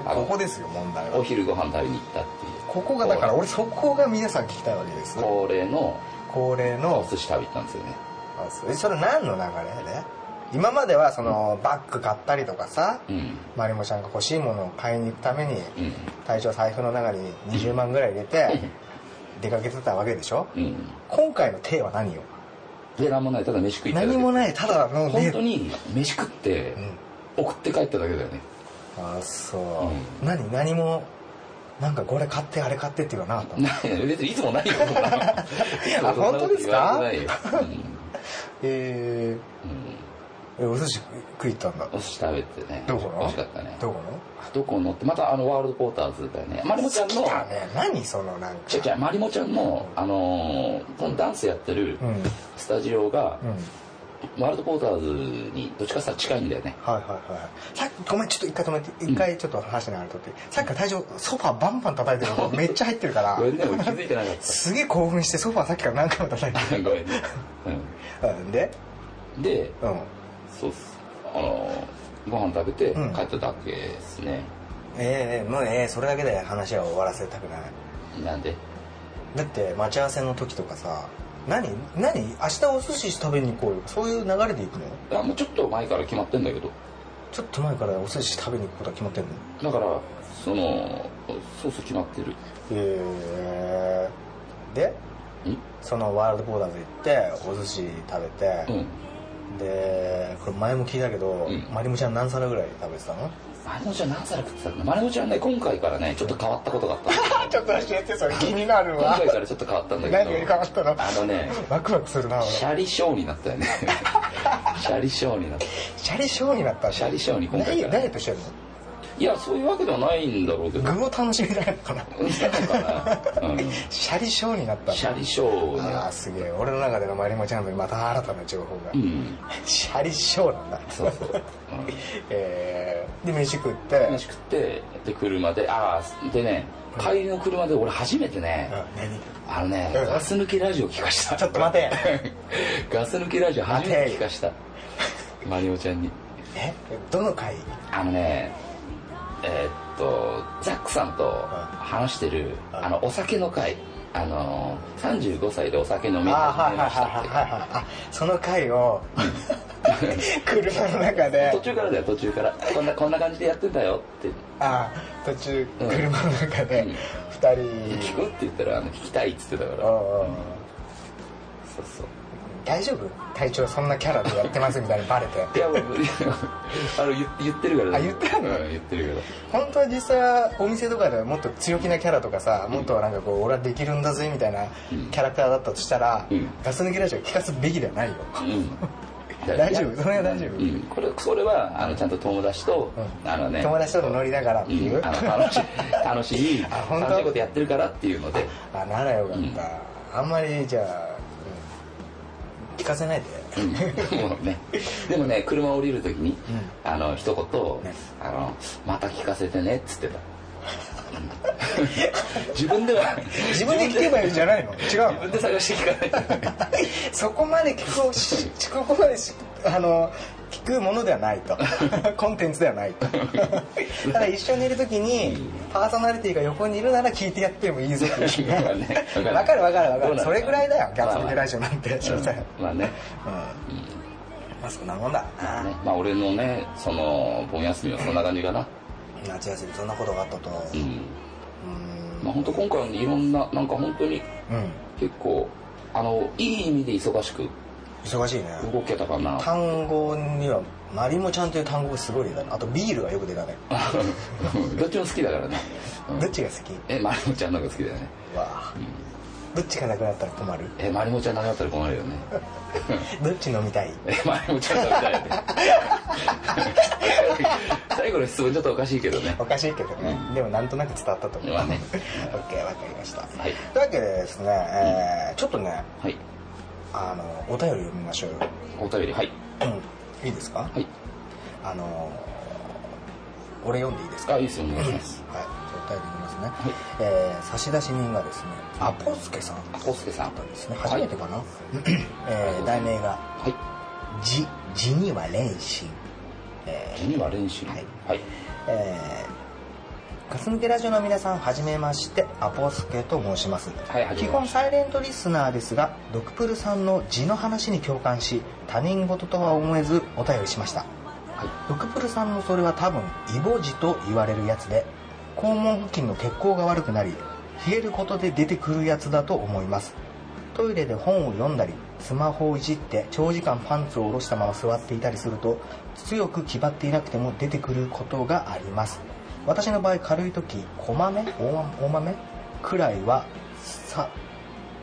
[SPEAKER 3] あの
[SPEAKER 4] ここですよ問題
[SPEAKER 3] お
[SPEAKER 4] は
[SPEAKER 3] 昼ご飯食べに行ったっていう
[SPEAKER 4] ここがだから俺そこが皆さん聞きたいわけです
[SPEAKER 3] 恒例の
[SPEAKER 4] 恒例
[SPEAKER 3] お
[SPEAKER 4] の
[SPEAKER 3] 寿司食べ行ったんですよね
[SPEAKER 4] あそうえそれ何の流れで今まではそのバッグ買ったりとかさ
[SPEAKER 3] うん
[SPEAKER 4] まりもちゃんが欲しいものを買いに行くために
[SPEAKER 3] うん
[SPEAKER 4] 隊長財布の中に20万ぐらい入 れて出かけてたわけでしょ
[SPEAKER 3] うん
[SPEAKER 4] 今回の手は何よ
[SPEAKER 3] で何もないただ飯食い行っただ
[SPEAKER 4] 何
[SPEAKER 3] け
[SPEAKER 4] もないただ
[SPEAKER 3] 本
[SPEAKER 4] の
[SPEAKER 3] 当
[SPEAKER 4] ね
[SPEAKER 3] に飯食って
[SPEAKER 4] うん
[SPEAKER 3] 送って帰っただけだよね
[SPEAKER 4] あそうう何何もなんかこれ買ってあれ買ってっていうのはなかったの
[SPEAKER 3] ない 別にいつもないよそんな
[SPEAKER 4] あ本当ですか
[SPEAKER 3] そんなこと言われてないよ
[SPEAKER 4] え
[SPEAKER 3] うんうん
[SPEAKER 4] ーえお寿司食い行ったんだ
[SPEAKER 3] お寿司食べてね
[SPEAKER 4] どこの
[SPEAKER 3] 美味しかったね
[SPEAKER 4] どこの
[SPEAKER 3] どこのってまたあのワールドポーターズだよねまりもちゃんの
[SPEAKER 4] 来たね何そのなんか
[SPEAKER 3] 違う違うまりもちゃんのあのーこのダンスやってる
[SPEAKER 4] うんうん
[SPEAKER 3] スタジオが
[SPEAKER 4] はい
[SPEAKER 3] ワールドポーターズにどっちかさ近いんだよね
[SPEAKER 4] はいはいさっきごめんちょっと一回止めて一回ちょっと話しながら撮って、さっきから体調ソファーバンバン叩いてるのめっちゃ入って るから
[SPEAKER 3] ごめんね俺気づいてなかっ
[SPEAKER 4] すげえ興奮してソファーさっきから何回も叩いて
[SPEAKER 3] たごめんね、
[SPEAKER 4] るうんで
[SPEAKER 3] うん、で
[SPEAKER 4] うん
[SPEAKER 3] そうっすあのーご飯食べて
[SPEAKER 4] うん
[SPEAKER 3] 帰っただけですね、
[SPEAKER 4] ええもうええそれだけで話は終わらせたくない
[SPEAKER 3] なんで
[SPEAKER 4] だって待ち合わせの時とかさ何何明日お寿司食べに行こうよそういう流れで行くの
[SPEAKER 3] あもうちょっと前から決まってんだけど
[SPEAKER 4] ちょっと前からお寿司食べに行くことは決まってんの
[SPEAKER 3] だからそのそうそう決まってる
[SPEAKER 4] へえで
[SPEAKER 3] ん
[SPEAKER 4] そのワールドボーダーズ行ってお寿司食べて、
[SPEAKER 3] うん
[SPEAKER 4] でこれ前も聞いたけど、
[SPEAKER 3] ん
[SPEAKER 4] まりもちゃん何皿ぐらい食べてたの
[SPEAKER 3] マリノちゃん何皿食ってたかなマリノちゃんね今回からねちょっと変わったことがあったんだ けど
[SPEAKER 4] ちょっと教えてそれ気になる
[SPEAKER 3] 今回からちょっと変わったんだけど
[SPEAKER 4] 何が変わったの
[SPEAKER 3] あのね
[SPEAKER 4] ワクワクするな俺
[SPEAKER 3] シャリショーになったよ ねシャリショーになった
[SPEAKER 4] シャリショーになった
[SPEAKER 3] シャリショーに今
[SPEAKER 4] 今
[SPEAKER 3] 回から
[SPEAKER 4] 回ダイエットしてる
[SPEAKER 3] いやそういうわけではないんだろうけど
[SPEAKER 4] の具を楽しみたかったな
[SPEAKER 3] うんそうかな、うん、
[SPEAKER 4] シャリショーになった
[SPEAKER 3] シャリショーに
[SPEAKER 4] あ
[SPEAKER 3] な
[SPEAKER 4] あ
[SPEAKER 3] っ
[SPEAKER 4] すげえ俺の中でのまりもちゃんのまた新たな情報が、
[SPEAKER 3] たうん
[SPEAKER 4] シャリショーなんだ
[SPEAKER 3] そうそう、うん
[SPEAKER 4] えー、で飯食って
[SPEAKER 3] 飯食ってで車でああでね帰りの車で俺初めてね、
[SPEAKER 4] うん何
[SPEAKER 3] あのね、
[SPEAKER 4] うん
[SPEAKER 3] ガス抜きラジオ聞かした
[SPEAKER 4] ちょっと待 て
[SPEAKER 3] ガス抜きラジオ初めて聞かしたマリオちゃんに
[SPEAKER 4] えどの回
[SPEAKER 3] あのねえーっとザックさんと話してる、
[SPEAKER 4] はい
[SPEAKER 3] あのお酒の会あのー35歳でお酒飲み始め
[SPEAKER 4] あはいは
[SPEAKER 3] ま
[SPEAKER 4] い
[SPEAKER 3] した
[SPEAKER 4] は
[SPEAKER 3] って
[SPEAKER 4] いはいはいあその回を 車の中で
[SPEAKER 3] 途中からだよ途中からこんなこんな感じでやってたよって
[SPEAKER 4] あ途中
[SPEAKER 3] うん
[SPEAKER 4] 車の中で
[SPEAKER 3] うん
[SPEAKER 4] 2
[SPEAKER 3] 聞
[SPEAKER 4] 人
[SPEAKER 3] くって言ったらあの聞きたいっつってたから
[SPEAKER 4] おうおう
[SPEAKER 3] そうそう
[SPEAKER 4] 大丈夫隊長そんなキャラでやってますみたいにバレて
[SPEAKER 3] いやもう あの言言ってるから
[SPEAKER 4] あ言ってるの
[SPEAKER 3] うん言ってるから
[SPEAKER 4] 本当は実際はお店とかではもっと強気なキャラとかさもっとなんかこう俺はできるんだぜみたいなキャラクターだったとしたら、
[SPEAKER 3] うん
[SPEAKER 4] ガス抜きラジオ聞かすべきではないよ、
[SPEAKER 3] うん
[SPEAKER 4] 大丈夫それは大丈夫、
[SPEAKER 3] うん、これそれはあのちゃんと友達と、
[SPEAKER 4] うん
[SPEAKER 3] あのね
[SPEAKER 4] 友達とのノリだからっていう、
[SPEAKER 3] うんあの楽し い楽しい
[SPEAKER 4] あ本当
[SPEAKER 3] 楽しいことやってるからっていうので
[SPEAKER 4] あならよかった、あんまりじゃあ、聞かせないで
[SPEAKER 3] うんもうね、でもね車降りる時に、あの一言、あの「また聞かせてね」っつってた 自分では
[SPEAKER 4] 自分で聞けばいいんじゃないの違う
[SPEAKER 3] 自
[SPEAKER 4] の
[SPEAKER 3] 分で探して聞かない
[SPEAKER 4] そこまで聞くしここまでしあの聞くものではな いとコンテンツではないとただ一緒にいる時にパーソナリティが横にいるなら聞いてやってもいいぞってい う
[SPEAKER 3] わかるね
[SPEAKER 4] 分かる分かる
[SPEAKER 3] どう
[SPEAKER 4] 分か
[SPEAKER 3] なん
[SPEAKER 4] る
[SPEAKER 3] だ
[SPEAKER 4] それぐらいだよガッツリラジオなんて正直
[SPEAKER 3] まあね
[SPEAKER 4] まあそんなもんだな
[SPEAKER 3] ねまあ俺のねその盆休みはそんな感じかな
[SPEAKER 4] 夏休みそんなことがあったと
[SPEAKER 3] う
[SPEAKER 4] うん
[SPEAKER 3] まあ本当今回はいろんななんか本当に
[SPEAKER 4] ん
[SPEAKER 3] 結構あのいい意味で忙しく
[SPEAKER 4] 忙しいね
[SPEAKER 3] 動けたかな
[SPEAKER 4] 単語にはマリモちゃんという単語がすごい出たねあとビールがよく出たね
[SPEAKER 3] うんどっちも好きだからね、うん
[SPEAKER 4] どっちが好き
[SPEAKER 3] えマリモちゃんの方が好きだよね
[SPEAKER 4] わどっちがなくなったら困る
[SPEAKER 3] えマリモちゃんなくなったら困るよね
[SPEAKER 4] どっち飲みたい
[SPEAKER 3] えマリモちゃん食べたいよね最後の質問ちょっとおかしいけどね
[SPEAKER 4] おかしいけどね、でもなんとなく伝わったと思う、
[SPEAKER 3] まあね
[SPEAKER 4] OK わかりました、
[SPEAKER 3] い
[SPEAKER 4] というわけでですね、えーちょっとね
[SPEAKER 3] はい
[SPEAKER 4] あのお便り読みましょうよ、
[SPEAKER 3] お便りはい
[SPEAKER 4] うん、いいですか
[SPEAKER 3] はい
[SPEAKER 4] あの俺読んでいいですか
[SPEAKER 3] あいいですよお願いします
[SPEAKER 4] はいじゃあお便り読みますね、えー差出人がですねアポスケさんだ
[SPEAKER 3] あコスケさん
[SPEAKER 4] ったんですね初めてかな、 えー題名が
[SPEAKER 3] はい
[SPEAKER 4] 「じ」「じには練心」
[SPEAKER 3] ジニは練習はい、はい、
[SPEAKER 4] えーかすみてラジオの皆さんはじめましてアポスケと申します、
[SPEAKER 3] はいはじ
[SPEAKER 4] 基
[SPEAKER 3] めま
[SPEAKER 4] 本
[SPEAKER 3] して
[SPEAKER 4] サイレントリスナーですがドクプルさんの字の話に共感し他人事とは思えずお便りしました、ドクプルさんのそれは多分イボ字と言われるやつで肛門付近の血行が悪くなり冷えることで出てくるやつだと思いますトイレで本を読んだりスマホをいじって長時間パンツを下ろしたまま座っていたりすると強く気張っていなくても出てくることがあります私の場合軽い時小豆大大豆くらいはさ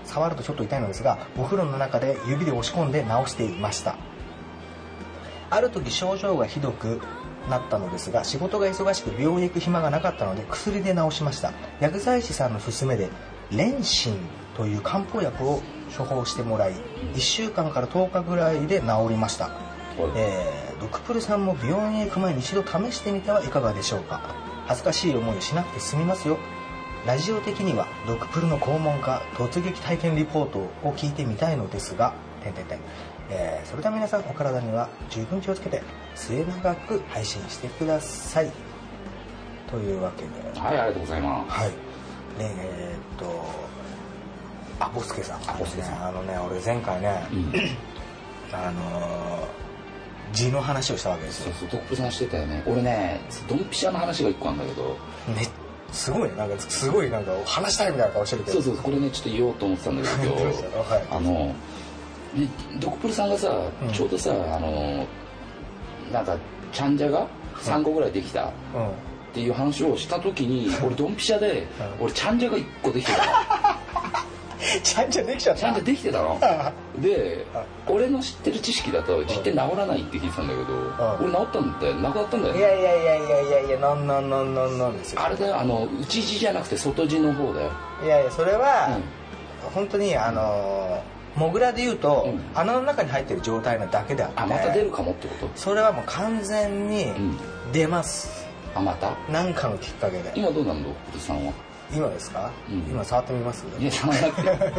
[SPEAKER 4] 触るとちょっと痛いのですがお風呂の中で指で押し込んで直していましたある時症状がひどくなったのですが仕事が忙しく病院へ行く暇がなかったので薬で治しました薬剤師さんの勧めでレンシンという漢方薬を処方してもらい1週間から10日ぐらいで治りました、えードクプルさんも病院へ行く前に一度試してみてはいかがでしょうか恥ずかしい思いをしなくて済みますよラジオ的にはドクプルの肛門科突撃体験リポートを聞いてみたいのですが点々点えーそれでは皆さんお体には十分気をつけて末永く配信してくださいというわけで
[SPEAKER 3] はい、ありがとうございます
[SPEAKER 4] はい、ねえーっとあボスケさん
[SPEAKER 3] あボスケさん
[SPEAKER 4] あのね俺前回ね、あのー字の話をしたわけです
[SPEAKER 3] そう
[SPEAKER 4] よ
[SPEAKER 3] そうドップさんしてたよね俺ねドンピシャの話が一個あるんだけど
[SPEAKER 4] ねすごいねなんかすごいなんか話したいみたいな顔してるけど
[SPEAKER 3] そうそうこれねちょっと言おうと思ってたんだけど
[SPEAKER 4] どうしたのはい
[SPEAKER 3] あの、ね、ドクプルさんがさちょうどさ、あのなんかちゃんじゃが3個ぐらいできたっ
[SPEAKER 4] うん
[SPEAKER 3] ていう話をした時に俺ドンピシャで俺ちゃんじゃが1個できてた
[SPEAKER 4] ちゃんちゃんできちゃっ
[SPEAKER 3] ちゃん
[SPEAKER 4] た
[SPEAKER 3] じゃできてた ので俺の知ってる知識だと実って治らないって聞いてたんだけど俺治ったんだよなくなったんだよ
[SPEAKER 4] いやいやいやいやいやいやなんなんなんなんなんですよ
[SPEAKER 3] あれだよあの内地じゃなくて外地の方だよ
[SPEAKER 4] いやいやそれは、
[SPEAKER 3] うん
[SPEAKER 4] 本当にあのーモグラで言うと、
[SPEAKER 3] うん
[SPEAKER 4] 穴の中に入ってる状態なだけであって
[SPEAKER 3] あまた出るかもってこと
[SPEAKER 4] それはもう完全に
[SPEAKER 3] ん
[SPEAKER 4] 出ます、
[SPEAKER 3] あまた
[SPEAKER 4] なんかのきっかけで
[SPEAKER 3] 今どうなんのおじさんは
[SPEAKER 4] 今ですか、
[SPEAKER 3] うん
[SPEAKER 4] 今触ってみます
[SPEAKER 3] いや触ら なくて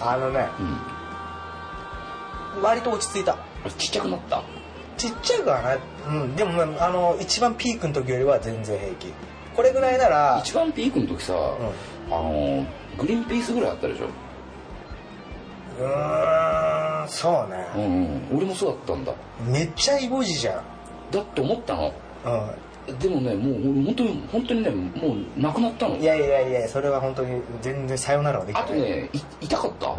[SPEAKER 4] あのね、割と落ち着いた
[SPEAKER 3] 俺ちっちゃくなった
[SPEAKER 4] ちっちゃくはない、うん、でも、まあ、あの一番ピークの時よりは全然平気これぐらいなら
[SPEAKER 3] 一番ピークの時さ、あのグリーンピースぐらいあったでしょ、
[SPEAKER 4] うーんそう
[SPEAKER 3] う
[SPEAKER 4] ね、
[SPEAKER 3] んうん、俺もそうだったんだ
[SPEAKER 4] めっちゃイボジじゃん
[SPEAKER 3] だって思ったの
[SPEAKER 4] うん
[SPEAKER 3] でもねもう俺本当に本当にねもうなくなったの
[SPEAKER 4] いやいやいやそれは本当に全然さよならはでき
[SPEAKER 3] あ
[SPEAKER 4] ない
[SPEAKER 3] とねい痛かった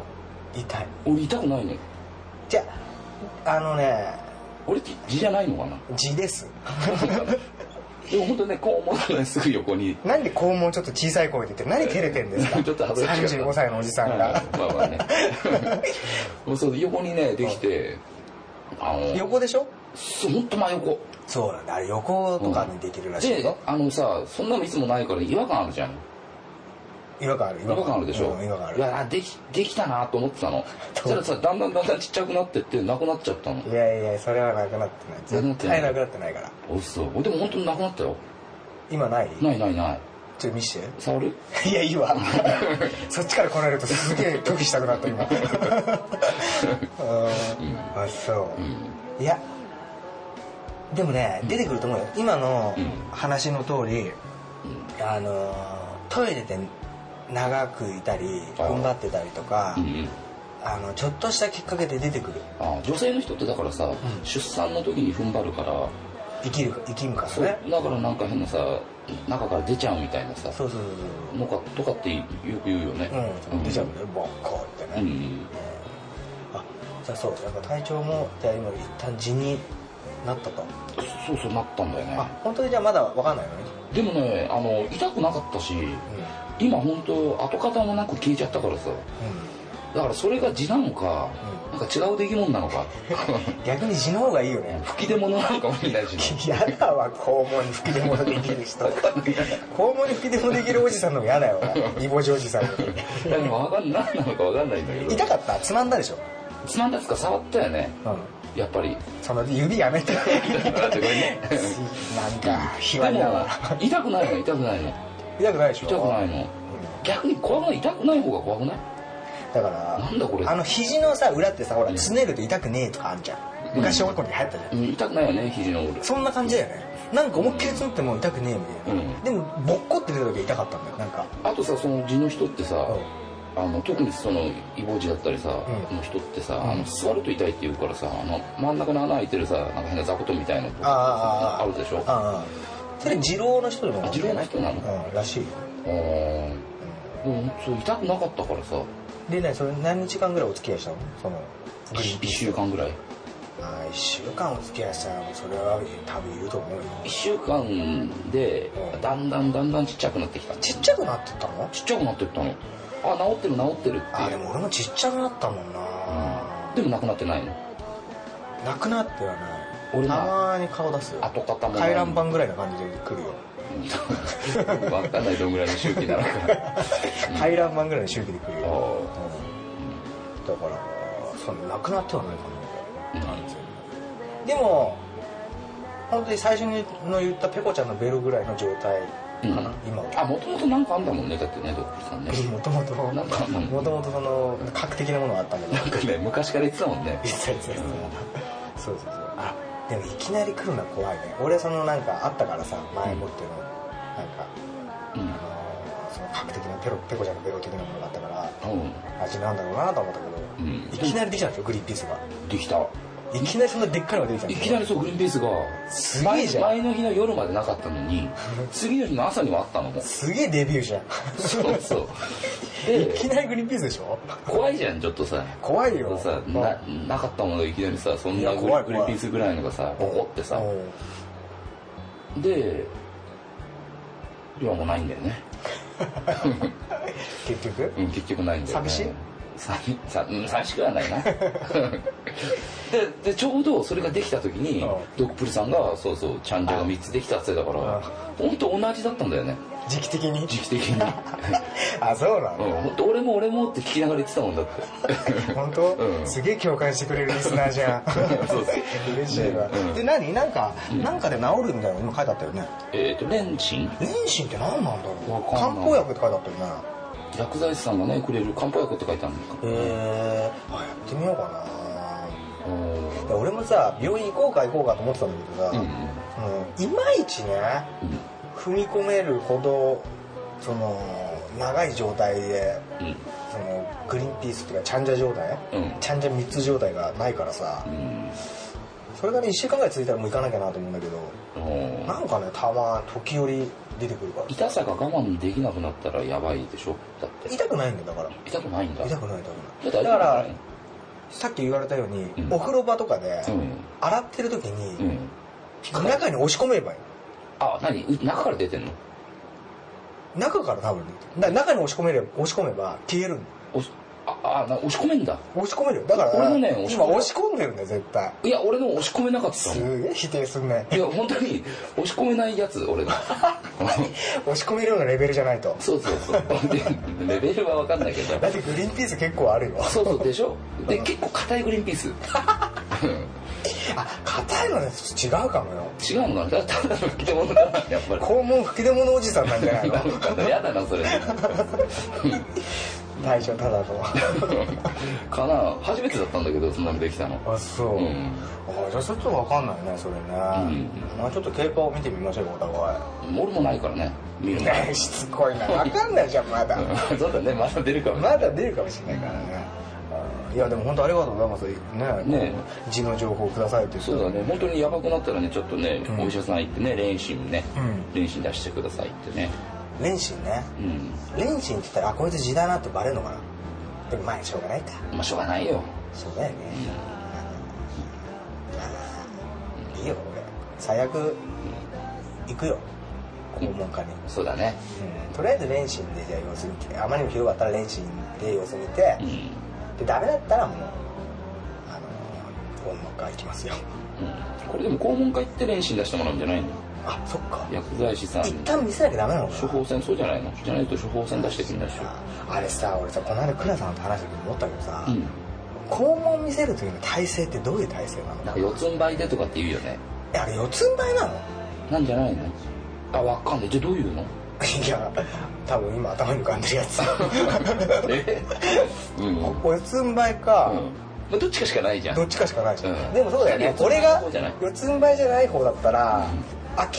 [SPEAKER 4] 痛い
[SPEAKER 3] 俺痛くないね
[SPEAKER 4] じゃああのね
[SPEAKER 3] 俺って字じゃないのかな
[SPEAKER 4] 字です
[SPEAKER 3] でも本当ねこう思ったねすぐ横に
[SPEAKER 4] なんで肛門ちょっと小さい声で言って何照れてんです か
[SPEAKER 3] ちょっと恥ずかしかった
[SPEAKER 4] 35歳のおじさんが
[SPEAKER 3] はいまあまあねもう そう横にねできてあの
[SPEAKER 4] 横でしょ
[SPEAKER 3] そう本当真横
[SPEAKER 4] そうなんだあれ横とかにできるらしい
[SPEAKER 3] で
[SPEAKER 4] よ、
[SPEAKER 3] あのさそんなのいつもないから違和感あるじゃん
[SPEAKER 4] 違和感ある
[SPEAKER 3] 違和感あるでしょ、
[SPEAKER 4] うん違和感あ
[SPEAKER 3] い
[SPEAKER 4] る
[SPEAKER 3] やできできたなと思ってたのそしたらさだんだんだんだんちっちゃくなってってなくなっちゃったの
[SPEAKER 4] いやいやそれはなくなってない絶対なくなってないから
[SPEAKER 3] おっそうでも本当になくなったよ
[SPEAKER 4] 今ない
[SPEAKER 3] ないないない
[SPEAKER 4] ちょっと見して
[SPEAKER 3] 触る
[SPEAKER 4] いやいいわそっちから来られるとすげえ拒否したくなった今うんあそううんいやでもね出てくると思うよ今の
[SPEAKER 3] うん
[SPEAKER 4] 話の通り、あのートイレで長くいたり
[SPEAKER 3] あー
[SPEAKER 4] 踏ん張ってたりとか
[SPEAKER 3] うんうん
[SPEAKER 4] あのちょっとしたきっかけで出てくる
[SPEAKER 3] あ女性の人ってだからさ、出産の時に踏ん張るから
[SPEAKER 4] 生きる生きるから
[SPEAKER 3] そう
[SPEAKER 4] ね
[SPEAKER 3] だからなんか変なさ中から出ちゃうみたいなさ
[SPEAKER 4] そうそうそう
[SPEAKER 3] のかとかってよく言うよね
[SPEAKER 4] そううん出ちゃうんだよボッコって
[SPEAKER 3] う
[SPEAKER 4] ね、
[SPEAKER 3] ん
[SPEAKER 4] あじゃあそうやっぱ体調もじゃあ今一旦地になったと、
[SPEAKER 3] そうそうなったんだよね
[SPEAKER 4] あ本当にじゃあまだわかんないのね、
[SPEAKER 3] でもねあの痛くなかったし今本当跡形もなく消えちゃったからさだからそれが痔なのか、なんか違う出来物なの か
[SPEAKER 4] うん、逆に地の方がいいよ ね
[SPEAKER 3] 吹き出物なのかもしれないし ね
[SPEAKER 4] 嫌だわ肛門に吹き出物できる人 肛門に吹き出物できるおじさんのも嫌だよ俺煮干しおじさんの
[SPEAKER 3] いやでもわかん何なのかわかんないんだけど
[SPEAKER 4] 痛かったつまんだでしょ
[SPEAKER 3] つまんだつか触ったよね
[SPEAKER 4] うん
[SPEAKER 3] やっぱり
[SPEAKER 4] その指やめて
[SPEAKER 3] だってこれね
[SPEAKER 4] なんか卑
[SPEAKER 3] で
[SPEAKER 4] 猥
[SPEAKER 3] も
[SPEAKER 4] だわ
[SPEAKER 3] 痛くないの痛くないの
[SPEAKER 4] 痛くないでしょ
[SPEAKER 3] 痛くないの逆に怖くない痛くない方が怖くない
[SPEAKER 4] だから
[SPEAKER 3] なんだこれ
[SPEAKER 4] あの肘のさ裏ってさほらつねると痛くねえとかあんじゃん昔小学校に流行ったじゃん
[SPEAKER 3] うん痛くないよね肘の裏
[SPEAKER 4] そんな感じだよねなんか思いっきりつんっても痛くねえみたいな、
[SPEAKER 3] うん
[SPEAKER 4] でもボッコって出た時は痛かったんだよなんか
[SPEAKER 3] あとさその痔の人ってさ、
[SPEAKER 4] う
[SPEAKER 3] あの特にそのイボ痔だったりさ、
[SPEAKER 4] うん
[SPEAKER 3] の人ってさあの座ると痛いって言うからさあの真ん中の穴開いてるさなんか変な雑魚みたいなの
[SPEAKER 4] ああああ
[SPEAKER 3] あるでしょあ
[SPEAKER 4] ああそれ二郎の人でも
[SPEAKER 3] 痔の人なの
[SPEAKER 4] うんらしいよ
[SPEAKER 3] ーでもそう痛くなかったからさ
[SPEAKER 4] でねそれ何日間ぐらいお付き合いしたのそのグリーン
[SPEAKER 3] 1週間ぐらい
[SPEAKER 4] ああ1週間お付き合いしたらそれは多分いると思うよ
[SPEAKER 3] 1週間で
[SPEAKER 4] うん
[SPEAKER 3] だんだんだんだんちっちゃくなってきた
[SPEAKER 4] ちっちゃくなってったの
[SPEAKER 3] ちっちゃくなってったのあ治ってる治ってるって
[SPEAKER 4] ああ
[SPEAKER 3] い
[SPEAKER 4] で
[SPEAKER 3] う
[SPEAKER 4] も俺もちっちゃくなったもんな、
[SPEAKER 3] でもなくなってないの
[SPEAKER 4] なくなってはない
[SPEAKER 3] 俺
[SPEAKER 4] た
[SPEAKER 3] な
[SPEAKER 4] まに顔出すよ
[SPEAKER 3] 跡形もない
[SPEAKER 4] 回覧板ぐらいな感じで来るよ
[SPEAKER 3] 分かんないどんぐらいの周期 なのか
[SPEAKER 4] 回覧板ぐらいの周期で来るよ
[SPEAKER 3] あ
[SPEAKER 4] だからそのなくなってはないかな
[SPEAKER 3] うん
[SPEAKER 4] 完全にでも本当に最初の言ったペコちゃんのベロぐらいの状態
[SPEAKER 3] ーうん
[SPEAKER 4] かな、今
[SPEAKER 3] あ
[SPEAKER 4] は
[SPEAKER 3] もともとなんかあんだもんねだってねドッグさんね
[SPEAKER 4] もともとも
[SPEAKER 3] なんかあんだもん
[SPEAKER 4] ともとその核的なものはあったけど
[SPEAKER 3] なんかね昔から言ってたもんね
[SPEAKER 4] 一切一切そうそうそうあでもいきなり来るのは怖いね俺そのなんかあったからさ前もってのなんか、あ
[SPEAKER 3] う
[SPEAKER 4] のその核的なペロペコちゃんのベロ的なものがあったから
[SPEAKER 3] ん、うん、
[SPEAKER 4] 味なんだろうなと思った
[SPEAKER 3] うん
[SPEAKER 4] けど、いきなりできたんですよグリーンピースが
[SPEAKER 3] できた
[SPEAKER 4] いきなりそんなでっかいのが出てきたん
[SPEAKER 3] いきな
[SPEAKER 4] ですよ
[SPEAKER 3] りそうグリーンピースが
[SPEAKER 4] すげえじゃん
[SPEAKER 3] 前前の日の夜までなかったのに次の日の朝にはあったのもう
[SPEAKER 4] すげえデビュ ーじゃん
[SPEAKER 3] そうそうで
[SPEAKER 4] いきなりグリーンピースでしょ
[SPEAKER 3] 怖いじゃんちょっとさ
[SPEAKER 4] 怖いよ
[SPEAKER 3] さ
[SPEAKER 4] うん
[SPEAKER 3] ななかったものがいきなりさそん
[SPEAKER 4] い
[SPEAKER 3] な
[SPEAKER 4] や
[SPEAKER 3] グリ
[SPEAKER 4] 怖い
[SPEAKER 3] グリーンピースぐらいのがさボコってさ
[SPEAKER 4] うん
[SPEAKER 3] で今もうないんだよね、
[SPEAKER 4] 結局
[SPEAKER 3] うん、結局ないんだよね
[SPEAKER 4] 寂しい
[SPEAKER 3] 寂さうん寂しくはない なででちょうどそれができた時に
[SPEAKER 4] うん
[SPEAKER 3] ドッグプルさんがそうそうちゃんじゃが3つできたって言ってたから
[SPEAKER 4] うん
[SPEAKER 3] 本当同じだったんだよね
[SPEAKER 4] 時期的に
[SPEAKER 3] 時期的 に
[SPEAKER 4] あそうな
[SPEAKER 3] うん
[SPEAKER 4] の
[SPEAKER 3] 本当俺も俺もって聞きながら言ってたもんだって
[SPEAKER 4] 本当
[SPEAKER 3] うん
[SPEAKER 4] すげえ共感してくれるリスナーじゃん
[SPEAKER 3] そうそう
[SPEAKER 4] 嬉しいわ
[SPEAKER 3] うん
[SPEAKER 4] で何なんかなんかで治るみたいなの今書いてあったよね
[SPEAKER 3] えっとレンチン
[SPEAKER 4] 妊娠って何なんだろう
[SPEAKER 3] わか
[SPEAKER 4] 漢
[SPEAKER 3] んない
[SPEAKER 4] 方薬って書いてあったよね
[SPEAKER 3] 薬剤師さんがねくれる漢方薬って書いてあるのか
[SPEAKER 4] へえあやってみようかな
[SPEAKER 3] うん
[SPEAKER 4] いや俺もさ病院行こうか行こうかと思ってたんだけどさうんいまいちね踏み込めるほどその長い状態で
[SPEAKER 3] うん
[SPEAKER 4] そのグリーンピースっていうかちゃんじゃ状態、
[SPEAKER 3] うん
[SPEAKER 4] ちゃんじゃ3つ状態がないからさ
[SPEAKER 3] うん
[SPEAKER 4] それがね1週間ぐらい続いたらもう行かなきゃなと思うんだけど
[SPEAKER 3] うん
[SPEAKER 4] なんかねたま時折出てくるから
[SPEAKER 3] 痛さが我慢できなくなったらやばいでしょだって
[SPEAKER 4] 痛くないんだよだから
[SPEAKER 3] 痛くないんだ
[SPEAKER 4] 痛くない
[SPEAKER 3] だ
[SPEAKER 4] 痛くないだ
[SPEAKER 3] か
[SPEAKER 4] かららさっき言われたように、
[SPEAKER 3] うん
[SPEAKER 4] お風呂場とかで、
[SPEAKER 3] うん
[SPEAKER 4] 洗ってる時
[SPEAKER 3] う
[SPEAKER 4] に、
[SPEAKER 3] ん
[SPEAKER 4] 中に押し込めばいい
[SPEAKER 3] あ何う中から出てんの
[SPEAKER 4] 中から多分ねだから中に押し込めれば押し込めば消えるんだよ
[SPEAKER 3] 押しああな押し込めんだ
[SPEAKER 4] 押し込めるよだから
[SPEAKER 3] 俺もね押し込
[SPEAKER 4] 今
[SPEAKER 3] む
[SPEAKER 4] 押し込んでるんだよ絶対
[SPEAKER 3] いや俺の押し込めなかったもん
[SPEAKER 4] すげえ否定すんね
[SPEAKER 3] いや本当に押し込めないやつ俺が
[SPEAKER 4] 押し込めるようなレベルじゃないと
[SPEAKER 3] そうそうそうレベルは分かんないけど
[SPEAKER 4] だってグリーンピース結構あるよ
[SPEAKER 3] そうそうでしょで結構硬いグリーンピース
[SPEAKER 4] あ硬いのね違うかもよ
[SPEAKER 3] 違うのかなただの吹き出物かなやっぱり
[SPEAKER 4] 肛門吹き出物おじさんなんじゃない の
[SPEAKER 3] やだなそれ
[SPEAKER 4] 大将ただと
[SPEAKER 3] かな初めてだったんだけどそんなのできたの
[SPEAKER 4] あそう、
[SPEAKER 3] うん
[SPEAKER 4] あじゃあそれちょっと分かんないねそれね、まあ、ちょっと経過を見てみましょうかお互い
[SPEAKER 3] 俺もないからね見 るの
[SPEAKER 4] しつこいな分かんないじゃんまだ
[SPEAKER 3] うんそうだねまだ出るかも
[SPEAKER 4] まだ出るかもしれないからねあーいやでも本当ありがとうございますね
[SPEAKER 3] ね
[SPEAKER 4] こう字の情報くださいって言って
[SPEAKER 3] そうだね本当にヤバくなったらねちょっとね、お医者さん行ってね練習ね、
[SPEAKER 4] うん
[SPEAKER 3] 練習出してくださいってね
[SPEAKER 4] 練習ね
[SPEAKER 3] うん
[SPEAKER 4] 練習って言ったらあこいつ時代なってバレるのかなでもまあしょうがないか
[SPEAKER 3] まあしょうがないよ
[SPEAKER 4] そうだよねいいよ俺最悪行くよ肛門科に、
[SPEAKER 3] そうだね
[SPEAKER 4] うん、とりあえず練習でじゃあ様子見てあまりにも広がったら練習で様子見て、
[SPEAKER 3] うん、
[SPEAKER 4] でダメだったらもうあの肛門科行きますよ
[SPEAKER 3] うん、これでも肛門科行って練習出してもらうんじゃないの
[SPEAKER 4] あそっか
[SPEAKER 3] 薬剤師さん
[SPEAKER 4] 一旦見せなきゃダメなの
[SPEAKER 3] 処
[SPEAKER 4] かな
[SPEAKER 3] 方箋そうじゃないのじゃないと処方箋出してくんないでしょ
[SPEAKER 4] あれさ俺さこの間倉さんと話した時に思ったけどさ、
[SPEAKER 3] うん
[SPEAKER 4] 肛門見せる時の体勢ってどういう体勢なの
[SPEAKER 3] なんか四つん這いでとかって言うよね
[SPEAKER 4] えあれ四つん這いなの
[SPEAKER 3] なんじゃないのあわかんないじゃあどういうの
[SPEAKER 4] いや多分今頭に浮かんでるやつ
[SPEAKER 3] えうん、うんま
[SPEAKER 4] 四つん這いか、
[SPEAKER 3] あ、どっちかしかないじゃん
[SPEAKER 4] どっちかしかないじゃん、
[SPEAKER 3] うん
[SPEAKER 4] でもそうだよ
[SPEAKER 3] いや
[SPEAKER 4] ね
[SPEAKER 3] 四つん這い
[SPEAKER 4] 俺が
[SPEAKER 3] の方じゃない
[SPEAKER 4] 四つん這いじゃない方だったら、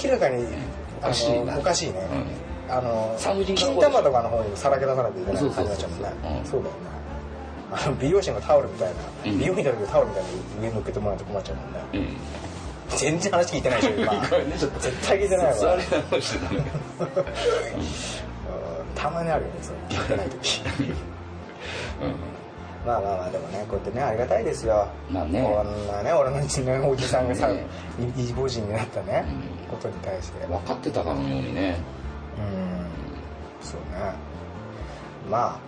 [SPEAKER 4] 明らかに
[SPEAKER 3] おかしい
[SPEAKER 4] あ
[SPEAKER 3] な
[SPEAKER 4] のおかしいね、あの
[SPEAKER 3] 産婦人科の方でしょ
[SPEAKER 4] 金玉とかの方にさらけ出さないといけない
[SPEAKER 3] そうそ
[SPEAKER 4] 感
[SPEAKER 3] う
[SPEAKER 4] じ
[SPEAKER 3] そ
[SPEAKER 4] にな
[SPEAKER 3] う
[SPEAKER 4] っちゃうもんね
[SPEAKER 3] うん
[SPEAKER 4] そうだよねあの美容師のタオルみたいな、
[SPEAKER 3] うん
[SPEAKER 4] 美容院だけどタオルみたいな上に乗っけてもらうと困っちゃうもんね
[SPEAKER 3] うん、
[SPEAKER 4] 全然話聞いてないでしょ今
[SPEAKER 3] ごめんねちょっと
[SPEAKER 4] 絶対聞いてない
[SPEAKER 3] 座
[SPEAKER 4] わ
[SPEAKER 3] り直してたね
[SPEAKER 4] うんたまにあるよねそれ聞いてない時まあまあまあでもねこうやってねありがたいですよ
[SPEAKER 3] まあね
[SPEAKER 4] こんなね俺のうちのおじさんがさ
[SPEAKER 3] ね
[SPEAKER 4] いいぼ人になったね、
[SPEAKER 3] う
[SPEAKER 4] ことに対して
[SPEAKER 3] 分かってたかのようにね
[SPEAKER 4] うんそうねまあ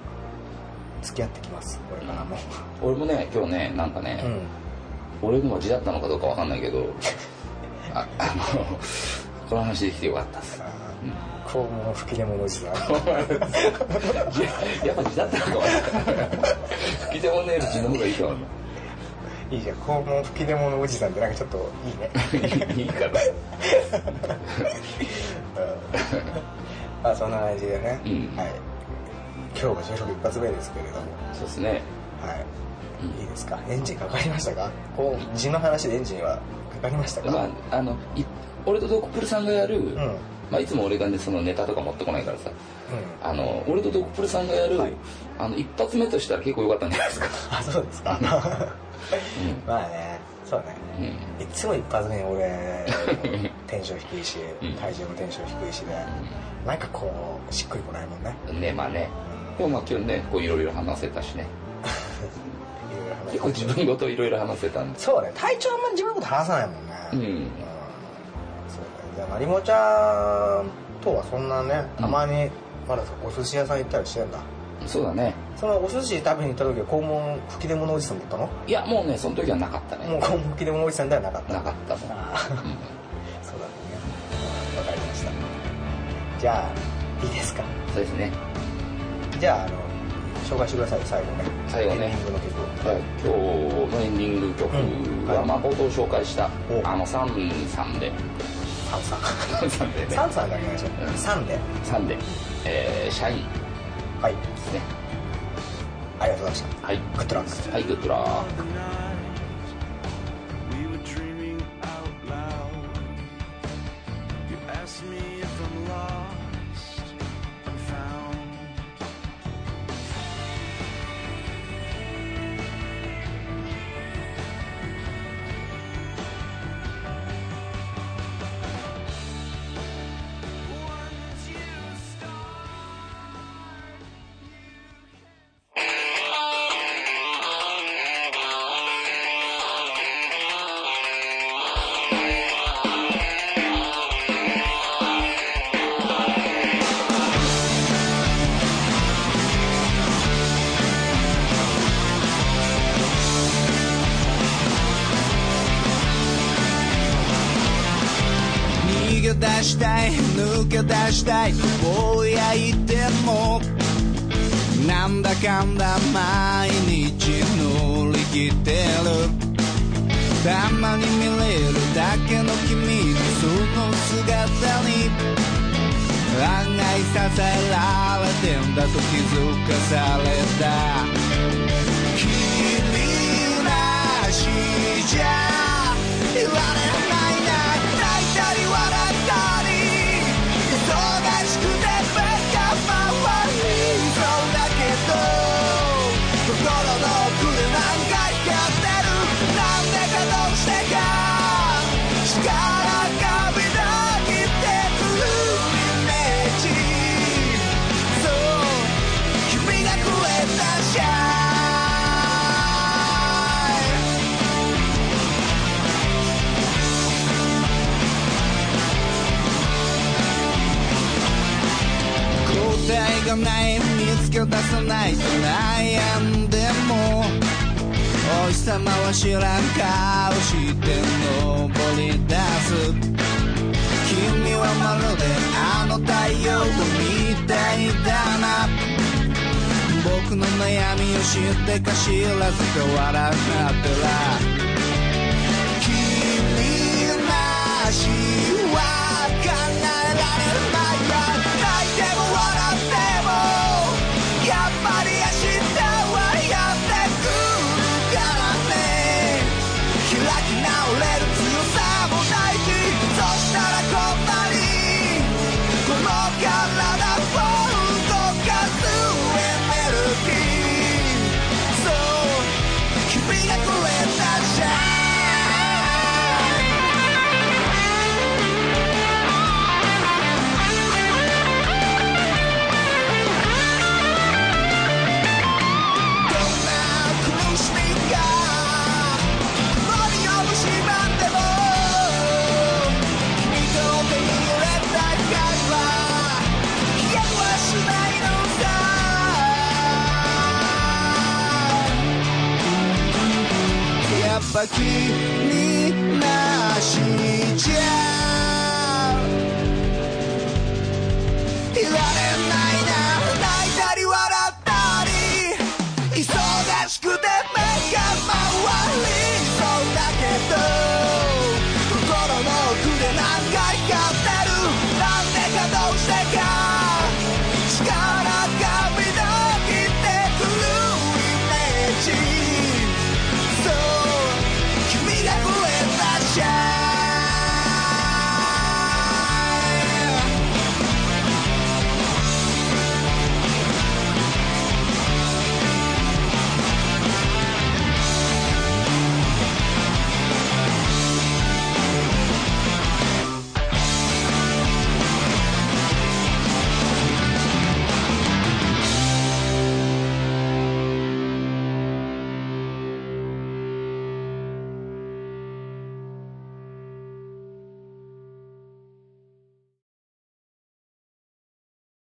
[SPEAKER 4] 付き合ってきますこれからも
[SPEAKER 3] 俺もね今日ねなんかね、
[SPEAKER 4] うん
[SPEAKER 3] 俺のが字だったのかどうかわかんないけど ああのこの話できてよかったっ す
[SPEAKER 4] 肛門吹き出物お じさん
[SPEAKER 3] いややっぱ字だったのかわかんない吹き手もねえる字の方がいいかも
[SPEAKER 4] いいじゃん肛門吹き出物おじさんってなんかちょっといいね
[SPEAKER 3] いいかな
[SPEAKER 4] うんまあそんな感じでね、
[SPEAKER 3] うん
[SPEAKER 4] はい今日が収録一発目ですけれども
[SPEAKER 3] そうですね
[SPEAKER 4] はいいいですかエンジンかかりましたかこう字の話でエンジンはかかりましたか、
[SPEAKER 3] まああのい俺とドクプルさんがやる、
[SPEAKER 4] うんうん
[SPEAKER 3] まあ、いつも俺がねそのネタとか持ってこないからさあの俺とドクプルさんがやる、
[SPEAKER 4] はい
[SPEAKER 3] あの一発目としたら結構良かったんじゃないですか、
[SPEAKER 4] あそうですか まあねそうね
[SPEAKER 3] うん
[SPEAKER 4] いつも一発目 に俺テンション低いし体重もテンション低いしで、なんかこうしっくりこないもんね
[SPEAKER 3] ねまあねでもまあ今日ねこういろいろ話せたしね
[SPEAKER 4] いろいろ話
[SPEAKER 3] 結構自分ごといろいろ話せたんです
[SPEAKER 4] そうね体調あんまり自分のこと話さないもんね
[SPEAKER 3] う
[SPEAKER 4] うん
[SPEAKER 3] ん
[SPEAKER 4] そうだねじゃあまりもちゃんとはそんなねたまにまだお寿司屋さん行ったりしてんだ
[SPEAKER 3] そうだね
[SPEAKER 4] そのお寿司食べに行った時は肛門吹き出物おじさんだったのも
[SPEAKER 3] いやもうねその時はなかった
[SPEAKER 4] う
[SPEAKER 3] ね
[SPEAKER 4] 肛門吹き出物おじさんではなかった
[SPEAKER 3] なかったもん
[SPEAKER 4] あーそうだねわかりましたじゃあいいですか
[SPEAKER 3] そうですね
[SPEAKER 4] じゃああの紹介してください最後ね
[SPEAKER 3] 最後ね
[SPEAKER 4] エンディングの曲
[SPEAKER 3] はい、今日のエンディング曲
[SPEAKER 4] う
[SPEAKER 3] は、
[SPEAKER 4] ん
[SPEAKER 3] まあ、冒頭紹介した
[SPEAKER 4] お
[SPEAKER 3] あのサンさんで
[SPEAKER 4] サンさん
[SPEAKER 3] サンでね
[SPEAKER 4] サンさんだけお願いしま
[SPEAKER 3] うん
[SPEAKER 4] すサンで
[SPEAKER 3] サンで、えー、シャイン
[SPEAKER 4] はい
[SPEAKER 3] ですね
[SPEAKER 4] ありがとうございました
[SPEAKER 3] はい
[SPEAKER 4] グッドラック
[SPEAKER 3] はいグッドラック
[SPEAKER 2] We were dreaming out loud. You asked me if I'm lost. I'm found.
[SPEAKER 5] Thank
[SPEAKER 2] したい抜け出したいぼやいてもなんだかんだ毎日乗り切ってるたまに見れるだけの君のその姿に案外支えられてんだと気づかされた君らしいじゃ言われないな泣いたり笑ったり忙しくて目が回りそうだけど心の奥で何回かってるなんでかどうしてか力がみなぎってくるイメージそう君がくれたシャイ答えがない見つけ出さないと悩んでもお日様は知らん顔して登り出す君はまるであの太陽みたいだな僕の悩みを知ってか知らずか笑うなってら君なしは叶えられないや泣いても笑ってもやっぱり明日はやってくるからね開き直れる強さも大事そしたらこんなにこの体を動かすエネルギーそう君がくれたじゃんどんな苦しみが森を蝕んでも君と手に入れたから消えはしないのさやっぱ君なしじゃ